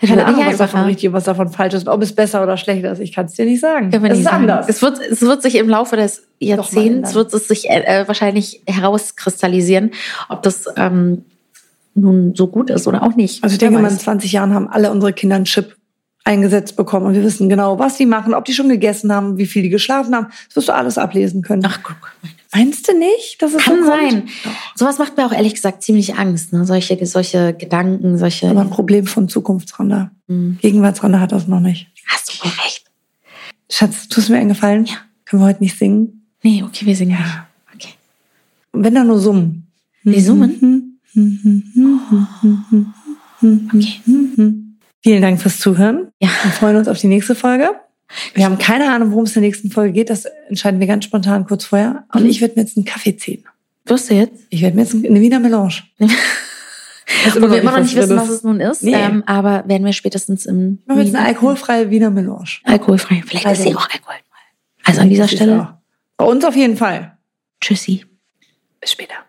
[SPEAKER 2] Keine
[SPEAKER 1] Würde ich
[SPEAKER 2] Ahnung, was davon
[SPEAKER 1] einfach-
[SPEAKER 2] richtig, und was davon falsch ist, und ob es besser oder schlechter ist. Ich kann es dir nicht sagen.
[SPEAKER 1] Kann man
[SPEAKER 2] es
[SPEAKER 1] nicht
[SPEAKER 2] ist
[SPEAKER 1] sagen.
[SPEAKER 2] anders.
[SPEAKER 1] Es wird, es wird sich im Laufe des
[SPEAKER 2] ändern.
[SPEAKER 1] Jahrzehnts wird es sich äh, äh, wahrscheinlich herauskristallisieren, ob das ähm, nun so gut ist oder auch nicht.
[SPEAKER 2] also ich
[SPEAKER 1] Wer
[SPEAKER 2] denke mal,
[SPEAKER 1] weiß.
[SPEAKER 2] in 20 Jahren haben alle unsere Kinder einen Chip eingesetzt bekommen und wir wissen genau, was die machen, ob die schon gegessen haben, wie viel die geschlafen haben. Das wirst du alles ablesen können.
[SPEAKER 1] Ach, guck.
[SPEAKER 2] Meinst du nicht, dass es
[SPEAKER 1] Kann
[SPEAKER 2] so kommt?
[SPEAKER 1] sein. Sowas macht mir auch ehrlich gesagt ziemlich Angst. Ne? Solche, solche Gedanken, solche.
[SPEAKER 2] Aber ein Problem von Zukunftsranda.
[SPEAKER 1] Hm.
[SPEAKER 2] Gegenwartsranda hat das noch nicht.
[SPEAKER 1] Hast du wohl recht.
[SPEAKER 2] Schatz, tust du mir einen Gefallen?
[SPEAKER 1] Ja.
[SPEAKER 2] Können wir heute nicht singen?
[SPEAKER 1] Nee, okay, wir singen nicht. Okay.
[SPEAKER 2] Und wenn dann nur summen. Mhm.
[SPEAKER 1] Wir summen? Okay.
[SPEAKER 2] Vielen Dank fürs Zuhören.
[SPEAKER 1] Ja.
[SPEAKER 2] Wir freuen uns auf die nächste Folge. Wir haben keine Ahnung, worum es in der nächsten Folge geht. Das entscheiden wir ganz spontan kurz vorher. Und
[SPEAKER 1] Mhm.
[SPEAKER 2] ich werde mir jetzt einen Kaffee ziehen.
[SPEAKER 1] Wirst du jetzt?
[SPEAKER 2] Ich werde mir jetzt eine Wiener Melange. Ist
[SPEAKER 1] Wo wir immer noch nicht wissen,
[SPEAKER 2] drin
[SPEAKER 1] was
[SPEAKER 2] ist.
[SPEAKER 1] es nun ist.
[SPEAKER 2] Nee.
[SPEAKER 1] Ähm, aber werden wir spätestens im.
[SPEAKER 2] Ich mache jetzt eine alkoholfreie Wiener Melange.
[SPEAKER 1] Alkoholfrei. Vielleicht
[SPEAKER 2] Also-
[SPEAKER 1] ist sie auch alkoholfrei. Also an dieser
[SPEAKER 2] Das ist
[SPEAKER 1] Stelle,
[SPEAKER 2] auch. Bei uns auf jeden Fall.
[SPEAKER 1] tschüssi.
[SPEAKER 2] Bis später.